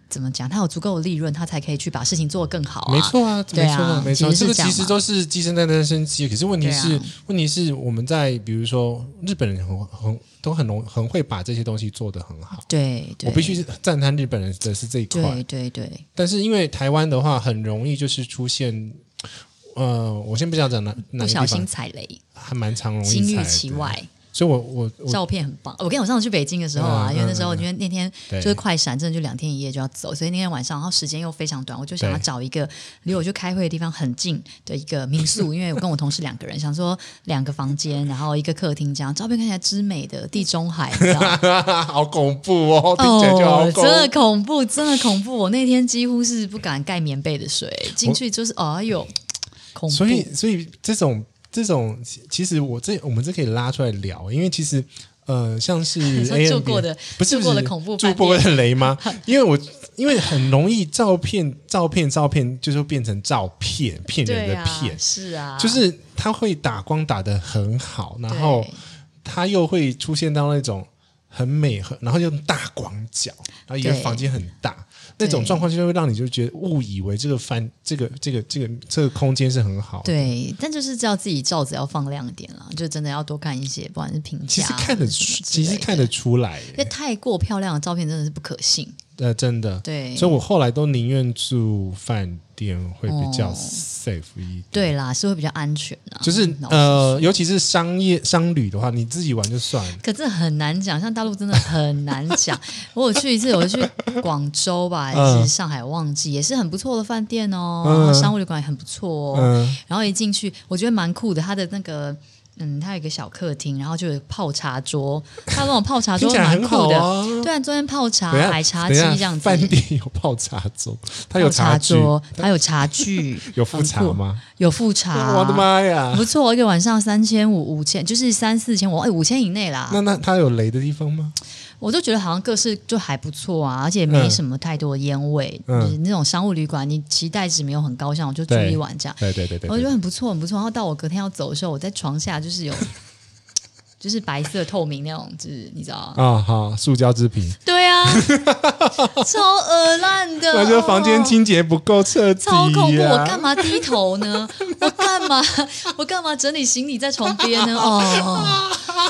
[SPEAKER 2] 怎么讲，他有足够的利润，他才可以去把事情做得更好、啊。
[SPEAKER 1] 没，错啊，
[SPEAKER 2] 对
[SPEAKER 1] 没
[SPEAKER 2] 啊
[SPEAKER 1] 错啊，没错。
[SPEAKER 2] 其实是
[SPEAKER 1] 这个其
[SPEAKER 2] 这样
[SPEAKER 1] 实
[SPEAKER 2] 嘛
[SPEAKER 1] 都是鸡生蛋，蛋生鸡。可是问题是
[SPEAKER 2] 对啊，
[SPEAKER 1] 问题是我们在比如说日本人很很都很容很会把这些东西做得很好。
[SPEAKER 2] 对，对
[SPEAKER 1] 我必须赞叹日本人的是这一块
[SPEAKER 2] 对，对对，
[SPEAKER 1] 但是因为台湾的话，很容易就是出现，呃，我先不想讲哪哪
[SPEAKER 2] 不
[SPEAKER 1] 个
[SPEAKER 2] 小
[SPEAKER 1] 地
[SPEAKER 2] 心
[SPEAKER 1] 方，
[SPEAKER 2] 踩雷，
[SPEAKER 1] 还蛮常容易
[SPEAKER 2] 金玉
[SPEAKER 1] 踩
[SPEAKER 2] 其
[SPEAKER 1] 的。
[SPEAKER 2] 外，
[SPEAKER 1] 所以我我我
[SPEAKER 2] 照片很棒。我跟你讲我上次去北京的时候啊，
[SPEAKER 1] 嗯
[SPEAKER 2] 因为那时候因为那天
[SPEAKER 1] 对
[SPEAKER 2] 就是快闪，真的就两天一夜就要走，所以那天晚上，然后时间又非常短，我就想要
[SPEAKER 1] 对
[SPEAKER 2] 找一个离我去开会的地方很近的一个民 宿，因为我跟我同事两个人想说两个房间，然后一个客厅这样，照片看起来之美的地中海，你知道 吗？
[SPEAKER 1] 好恐怖哦， 听起来就好
[SPEAKER 2] 哦，
[SPEAKER 1] 恐
[SPEAKER 2] 真的
[SPEAKER 1] 怖。
[SPEAKER 2] 恐怖，真的恐怖！我那天几乎是不敢盖棉被的水，进去就是哦哎呦，恐怖。
[SPEAKER 1] 所以所以这种这种，其其实我这我们这可以拉出来聊，因为其实呃，像 是
[SPEAKER 2] 说
[SPEAKER 1] A
[SPEAKER 2] 住过的
[SPEAKER 1] 不是
[SPEAKER 2] 住
[SPEAKER 1] 不
[SPEAKER 2] 过
[SPEAKER 1] 是
[SPEAKER 2] 的恐怖
[SPEAKER 1] 住
[SPEAKER 2] 饭
[SPEAKER 1] 过
[SPEAKER 2] 店
[SPEAKER 1] 的雷 吗？因为我因为很容易照片照片照片，就是会变成照片骗人
[SPEAKER 2] 对
[SPEAKER 1] 的
[SPEAKER 2] 啊
[SPEAKER 1] 骗，，
[SPEAKER 2] 是啊，
[SPEAKER 1] 就是他会打光打得很好，然后
[SPEAKER 2] 对
[SPEAKER 1] 他又会出现到那种很美，很然后又大广角，然后一个
[SPEAKER 2] 对
[SPEAKER 1] 房间很大，那种
[SPEAKER 2] 对
[SPEAKER 1] 状况就会让你就觉得误以为这个饭这个这个这个这个空间是很好。，
[SPEAKER 2] 对，但就是知道自己罩子要放亮一点了，就真的要多看一些，不管是评价，
[SPEAKER 1] 其
[SPEAKER 2] 啊
[SPEAKER 1] 实看得出，其实看
[SPEAKER 2] 的，
[SPEAKER 1] 得出来耶，
[SPEAKER 2] 因为太过漂亮的照片真的是不可信。
[SPEAKER 1] 呃，真的。
[SPEAKER 2] 对，
[SPEAKER 1] 所以我后来都宁愿住饭店会比较
[SPEAKER 2] 哦
[SPEAKER 1] safe 一点。
[SPEAKER 2] 对啦，是会比较安全啊啦。
[SPEAKER 1] 就是
[SPEAKER 2] 老实
[SPEAKER 1] 呃，尤其是商业商旅的话，你自己玩就算了。
[SPEAKER 2] 可这很难讲，像大陆真的很难 讲。我有去一次，我去广州吧，
[SPEAKER 1] 嗯
[SPEAKER 2] 还是上海，忘记，也是很不错的饭店哦，
[SPEAKER 1] 嗯
[SPEAKER 2] 然后商务旅馆也很不错哦。
[SPEAKER 1] 嗯，
[SPEAKER 2] 然后一进去，我觉得蛮酷的，它的那个。嗯，它有一个小客厅，然后就有泡茶桌，它那种泡茶
[SPEAKER 1] 嗯听
[SPEAKER 2] 桌
[SPEAKER 1] 起来
[SPEAKER 2] 蛮
[SPEAKER 1] 很
[SPEAKER 2] 酷
[SPEAKER 1] 好
[SPEAKER 2] 的，
[SPEAKER 1] 啊。
[SPEAKER 2] 对啊，昨天泡茶、
[SPEAKER 1] 等一下
[SPEAKER 2] 奶
[SPEAKER 1] 等
[SPEAKER 2] 茶机
[SPEAKER 1] 一下
[SPEAKER 2] 这样子，
[SPEAKER 1] 饭店有泡茶桌，它有
[SPEAKER 2] 泡茶
[SPEAKER 1] 具，，
[SPEAKER 2] 桌，它有茶具
[SPEAKER 1] 有副茶
[SPEAKER 2] 很酷？
[SPEAKER 1] 吗？
[SPEAKER 2] 有副茶，
[SPEAKER 1] 我的妈呀！
[SPEAKER 2] 不错，一个晚上三千五、五千，就是三四千，我哎五千以内啦。
[SPEAKER 1] 那那它有雷的地方吗？
[SPEAKER 2] 我就觉得好像各式就还不错啊，而且没什么太多的烟味。
[SPEAKER 1] 嗯
[SPEAKER 2] 就是那种商务旅馆，你期待值没有很高，像我就住
[SPEAKER 1] 对
[SPEAKER 2] 一晚这样，
[SPEAKER 1] 对对对对
[SPEAKER 2] 我觉得
[SPEAKER 1] 对，
[SPEAKER 2] 很不错，很不错。然后到我隔天要走的时候，我在床下就是有。 就是白色透明那种，就是你知道？
[SPEAKER 1] 啊好，塑胶制品，
[SPEAKER 2] 对啊，超恶烂的。
[SPEAKER 1] 那就房间
[SPEAKER 2] 哦
[SPEAKER 1] 清洁不够彻底啊
[SPEAKER 2] 超恐怖！
[SPEAKER 1] 呀
[SPEAKER 2] 我干嘛低 头呢？我干嘛？我干嘛整理行李在床边呢？ 哦，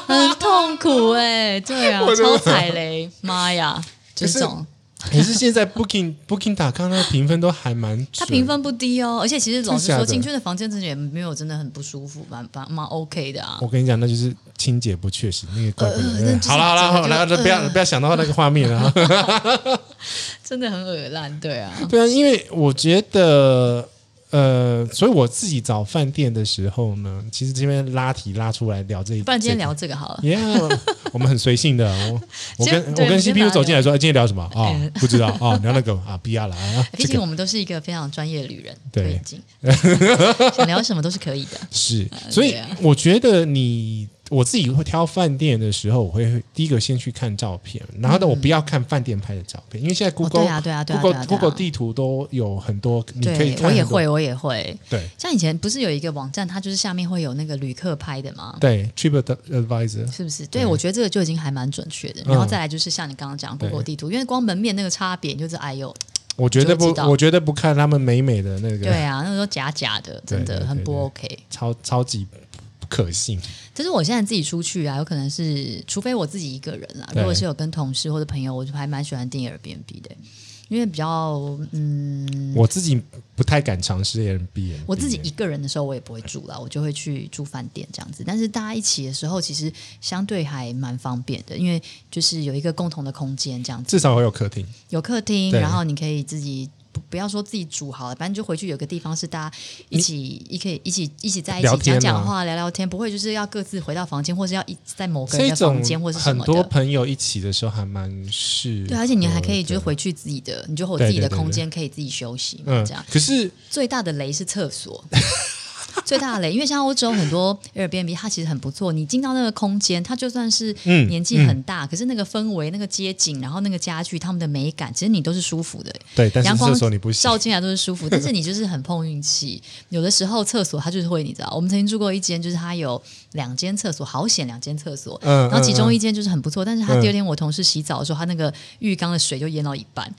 [SPEAKER 2] 很痛苦哎、对啊
[SPEAKER 1] 我，的妈
[SPEAKER 2] 超踩雷，妈呀！就
[SPEAKER 1] 可是
[SPEAKER 2] 这种，
[SPEAKER 1] 可是现在 Booking Booking 打康它的评分都还蛮准，
[SPEAKER 2] 它评分不低哦，而且其实老
[SPEAKER 1] 真的
[SPEAKER 2] 实
[SPEAKER 1] 假
[SPEAKER 2] 说，
[SPEAKER 1] 的
[SPEAKER 2] 进去的房间真的也没有真的很不舒服，蛮蛮蛮 OK 的啊
[SPEAKER 1] 我。跟你讲，那就是清洁不确实，那个怪不
[SPEAKER 2] 呃那
[SPEAKER 1] 得。
[SPEAKER 2] 就是
[SPEAKER 1] 好了好了好
[SPEAKER 2] 整
[SPEAKER 1] 了，
[SPEAKER 2] 个就呃
[SPEAKER 1] 不要不要想到那个画面啊了。
[SPEAKER 2] 真的很恶烂，对啊，
[SPEAKER 1] 对啊，因为我觉得，呃，所以我自己找饭店的时候呢，其实这边拉题拉出来聊这一，
[SPEAKER 2] 不然今天聊这个好了。
[SPEAKER 1] 这个。Yeah，我们很随性的。我我跟
[SPEAKER 2] 今天
[SPEAKER 1] 我
[SPEAKER 2] 对
[SPEAKER 1] 跟
[SPEAKER 2] 我们 先
[SPEAKER 1] CPU 走进来说，哎今天聊什么 啊
[SPEAKER 2] 嗯？
[SPEAKER 1] 不知道啊，聊那个啊，B R 了啊，
[SPEAKER 2] 毕
[SPEAKER 1] 这
[SPEAKER 2] 竟
[SPEAKER 1] 个
[SPEAKER 2] 我们都是一个非常专业的旅人，
[SPEAKER 1] 对
[SPEAKER 2] 推进 想聊什么都是可以的。
[SPEAKER 1] 是。所以
[SPEAKER 2] 对啊
[SPEAKER 1] 我觉得你我自己会挑饭店的时候，我会第一个先去看照片，然后呢，我不要看饭店拍的照片，因为现在
[SPEAKER 2] 哦，
[SPEAKER 1] Google
[SPEAKER 2] 对啊，对啊，对啊，对
[SPEAKER 1] Google
[SPEAKER 2] 啊，对啊
[SPEAKER 1] Google 地图都有很多，你可以
[SPEAKER 2] 对，
[SPEAKER 1] 看
[SPEAKER 2] 我也
[SPEAKER 1] 很多
[SPEAKER 2] 会，我也会。
[SPEAKER 1] 对
[SPEAKER 2] 像以前不是有一个网站，它就是下面会有那个旅客拍的吗？
[SPEAKER 1] 对 Trip Advisor
[SPEAKER 2] 是不是？对，我觉得这个就已经还蛮准确的。
[SPEAKER 1] 嗯
[SPEAKER 2] 然后再来就是像你刚刚讲
[SPEAKER 1] 对
[SPEAKER 2] Google 地图，因为光门面那个差别，你就是哎呦，
[SPEAKER 1] 我绝对
[SPEAKER 2] 就
[SPEAKER 1] 不
[SPEAKER 2] 知，道
[SPEAKER 1] 我绝对不看他们美美的那个，
[SPEAKER 2] 对啊，那个都假假的，真
[SPEAKER 1] 对对
[SPEAKER 2] 的
[SPEAKER 1] 对
[SPEAKER 2] 很不
[SPEAKER 1] 对
[SPEAKER 2] OK。
[SPEAKER 1] 超超级不可信。
[SPEAKER 2] 但是我现在自己出去啊，有可能是除非我自己一个人啦，啊
[SPEAKER 1] 对
[SPEAKER 2] 如果是有跟同事或者朋友，我就还蛮喜欢订 Airbnb 的，因为比较嗯。
[SPEAKER 1] 我自己不太敢尝试 Airbnb，
[SPEAKER 2] 我自己一个人的时候，我也不会住啦，我就会去住饭店这样子。但是大家一起的时候，其实相对还蛮方便的，因为就是有一个共同的空间这样子，
[SPEAKER 1] 至少会有客厅，
[SPEAKER 2] 有客厅，
[SPEAKER 1] 对
[SPEAKER 2] 然后你可以自己。不不要说自己煮好了，反正就回去有个地方是大家一起，一可以一起一起在一
[SPEAKER 1] 聊
[SPEAKER 2] 起
[SPEAKER 1] 天啊
[SPEAKER 2] 讲讲话、聊聊天，不会就是要各自回到房间，或是要一在某个人
[SPEAKER 1] 这
[SPEAKER 2] 的
[SPEAKER 1] 种
[SPEAKER 2] 房间或是什
[SPEAKER 1] 很
[SPEAKER 2] 么
[SPEAKER 1] 多
[SPEAKER 2] 的。
[SPEAKER 1] 朋友一起的时候还蛮是，
[SPEAKER 2] 对，而且你还可以就是回去自己的，你就有
[SPEAKER 1] 对
[SPEAKER 2] 自己的
[SPEAKER 1] 对对
[SPEAKER 2] 空间，可以自己休息嘛，
[SPEAKER 1] 嗯
[SPEAKER 2] 这样。，
[SPEAKER 1] 可是
[SPEAKER 2] 最大的雷是厕所。 最大的雷，因为像欧洲很多 Airbnb，它其实很不错。你进到那个空间，它就算是
[SPEAKER 1] 嗯
[SPEAKER 2] 年纪很大，可是那个氛围、那个街景，然后那个家具，他们的美感，其实你都是舒服的。
[SPEAKER 1] 对，但是
[SPEAKER 2] 阳光
[SPEAKER 1] 这时候你不行
[SPEAKER 2] 照，进来都是舒服，但是你就是很碰 运气。有的时候厕所它就是会，你知道，我们曾经住过一间，就是它有两间厕所，好险两间厕所。
[SPEAKER 1] 嗯
[SPEAKER 2] 然后其中
[SPEAKER 1] 一
[SPEAKER 2] 一间就是很不错，但是他
[SPEAKER 1] 嗯
[SPEAKER 2] 第二天我同事洗澡的时候，他那个浴缸的水就淹到一半，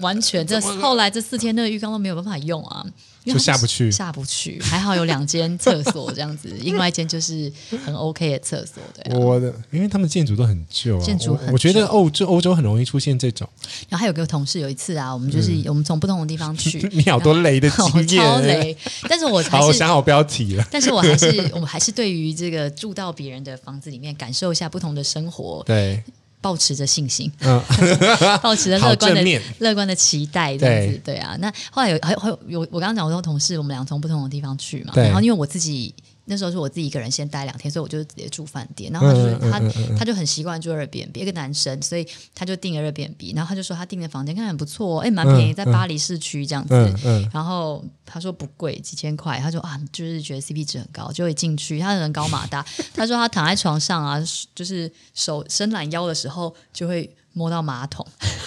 [SPEAKER 2] 完全这后来这四天那个浴缸都没有办法用啊，因为
[SPEAKER 1] 就下不去
[SPEAKER 2] 下不去。还好有两间厕所这样子， 另外一间就是很 OK 的厕所，对、啊。
[SPEAKER 1] 我的，因为他们建筑都很旧啊，
[SPEAKER 2] 建筑
[SPEAKER 1] 我
[SPEAKER 2] 很
[SPEAKER 1] 我觉得
[SPEAKER 2] 旧
[SPEAKER 1] 欧洲欧洲很容易出现这种，
[SPEAKER 2] 然后还有个同事有一次啊，我们就是、我们从不同的地方去
[SPEAKER 1] 嗯 ，你好多雷 的
[SPEAKER 2] 啊我
[SPEAKER 1] 经验，哎欸
[SPEAKER 2] 超雷，但是我还
[SPEAKER 1] 好，我
[SPEAKER 2] 是
[SPEAKER 1] 想好标题了，
[SPEAKER 2] 但是我还是， 我还是对于这个住到别人的房子里面，感受一下不同的生活，
[SPEAKER 1] 对，
[SPEAKER 2] 保持着信心，
[SPEAKER 1] 嗯，
[SPEAKER 2] 保持着
[SPEAKER 1] 好
[SPEAKER 2] 乐观
[SPEAKER 1] 正
[SPEAKER 2] 的
[SPEAKER 1] 面
[SPEAKER 2] 乐观的期待，这样子
[SPEAKER 1] 对，
[SPEAKER 2] 对啊。那后来有还有还有有，我刚刚讲我跟我同事，我们俩从不同的地方去嘛，
[SPEAKER 1] 对
[SPEAKER 2] 然后因为我自己。那时候是我自己一个人先待两天，所以我就直接住饭店。然后他就是、
[SPEAKER 1] 嗯嗯
[SPEAKER 2] 他
[SPEAKER 1] 嗯嗯
[SPEAKER 2] 他就很习惯住 Airbnb，一个男生，所以他就订了 Airbnb。然后他就说他订的房间看起来很不错、哦，哎，蛮便宜，
[SPEAKER 1] 嗯
[SPEAKER 2] 在
[SPEAKER 1] 嗯
[SPEAKER 2] 巴黎市区这样子。
[SPEAKER 1] 嗯嗯
[SPEAKER 2] 然后他说不贵，几千块。他说啊，就是觉得 CP 值很高，就一进去，他人高马大。 他说他躺在床上啊，就是手伸懒腰的时候就会摸到马桶，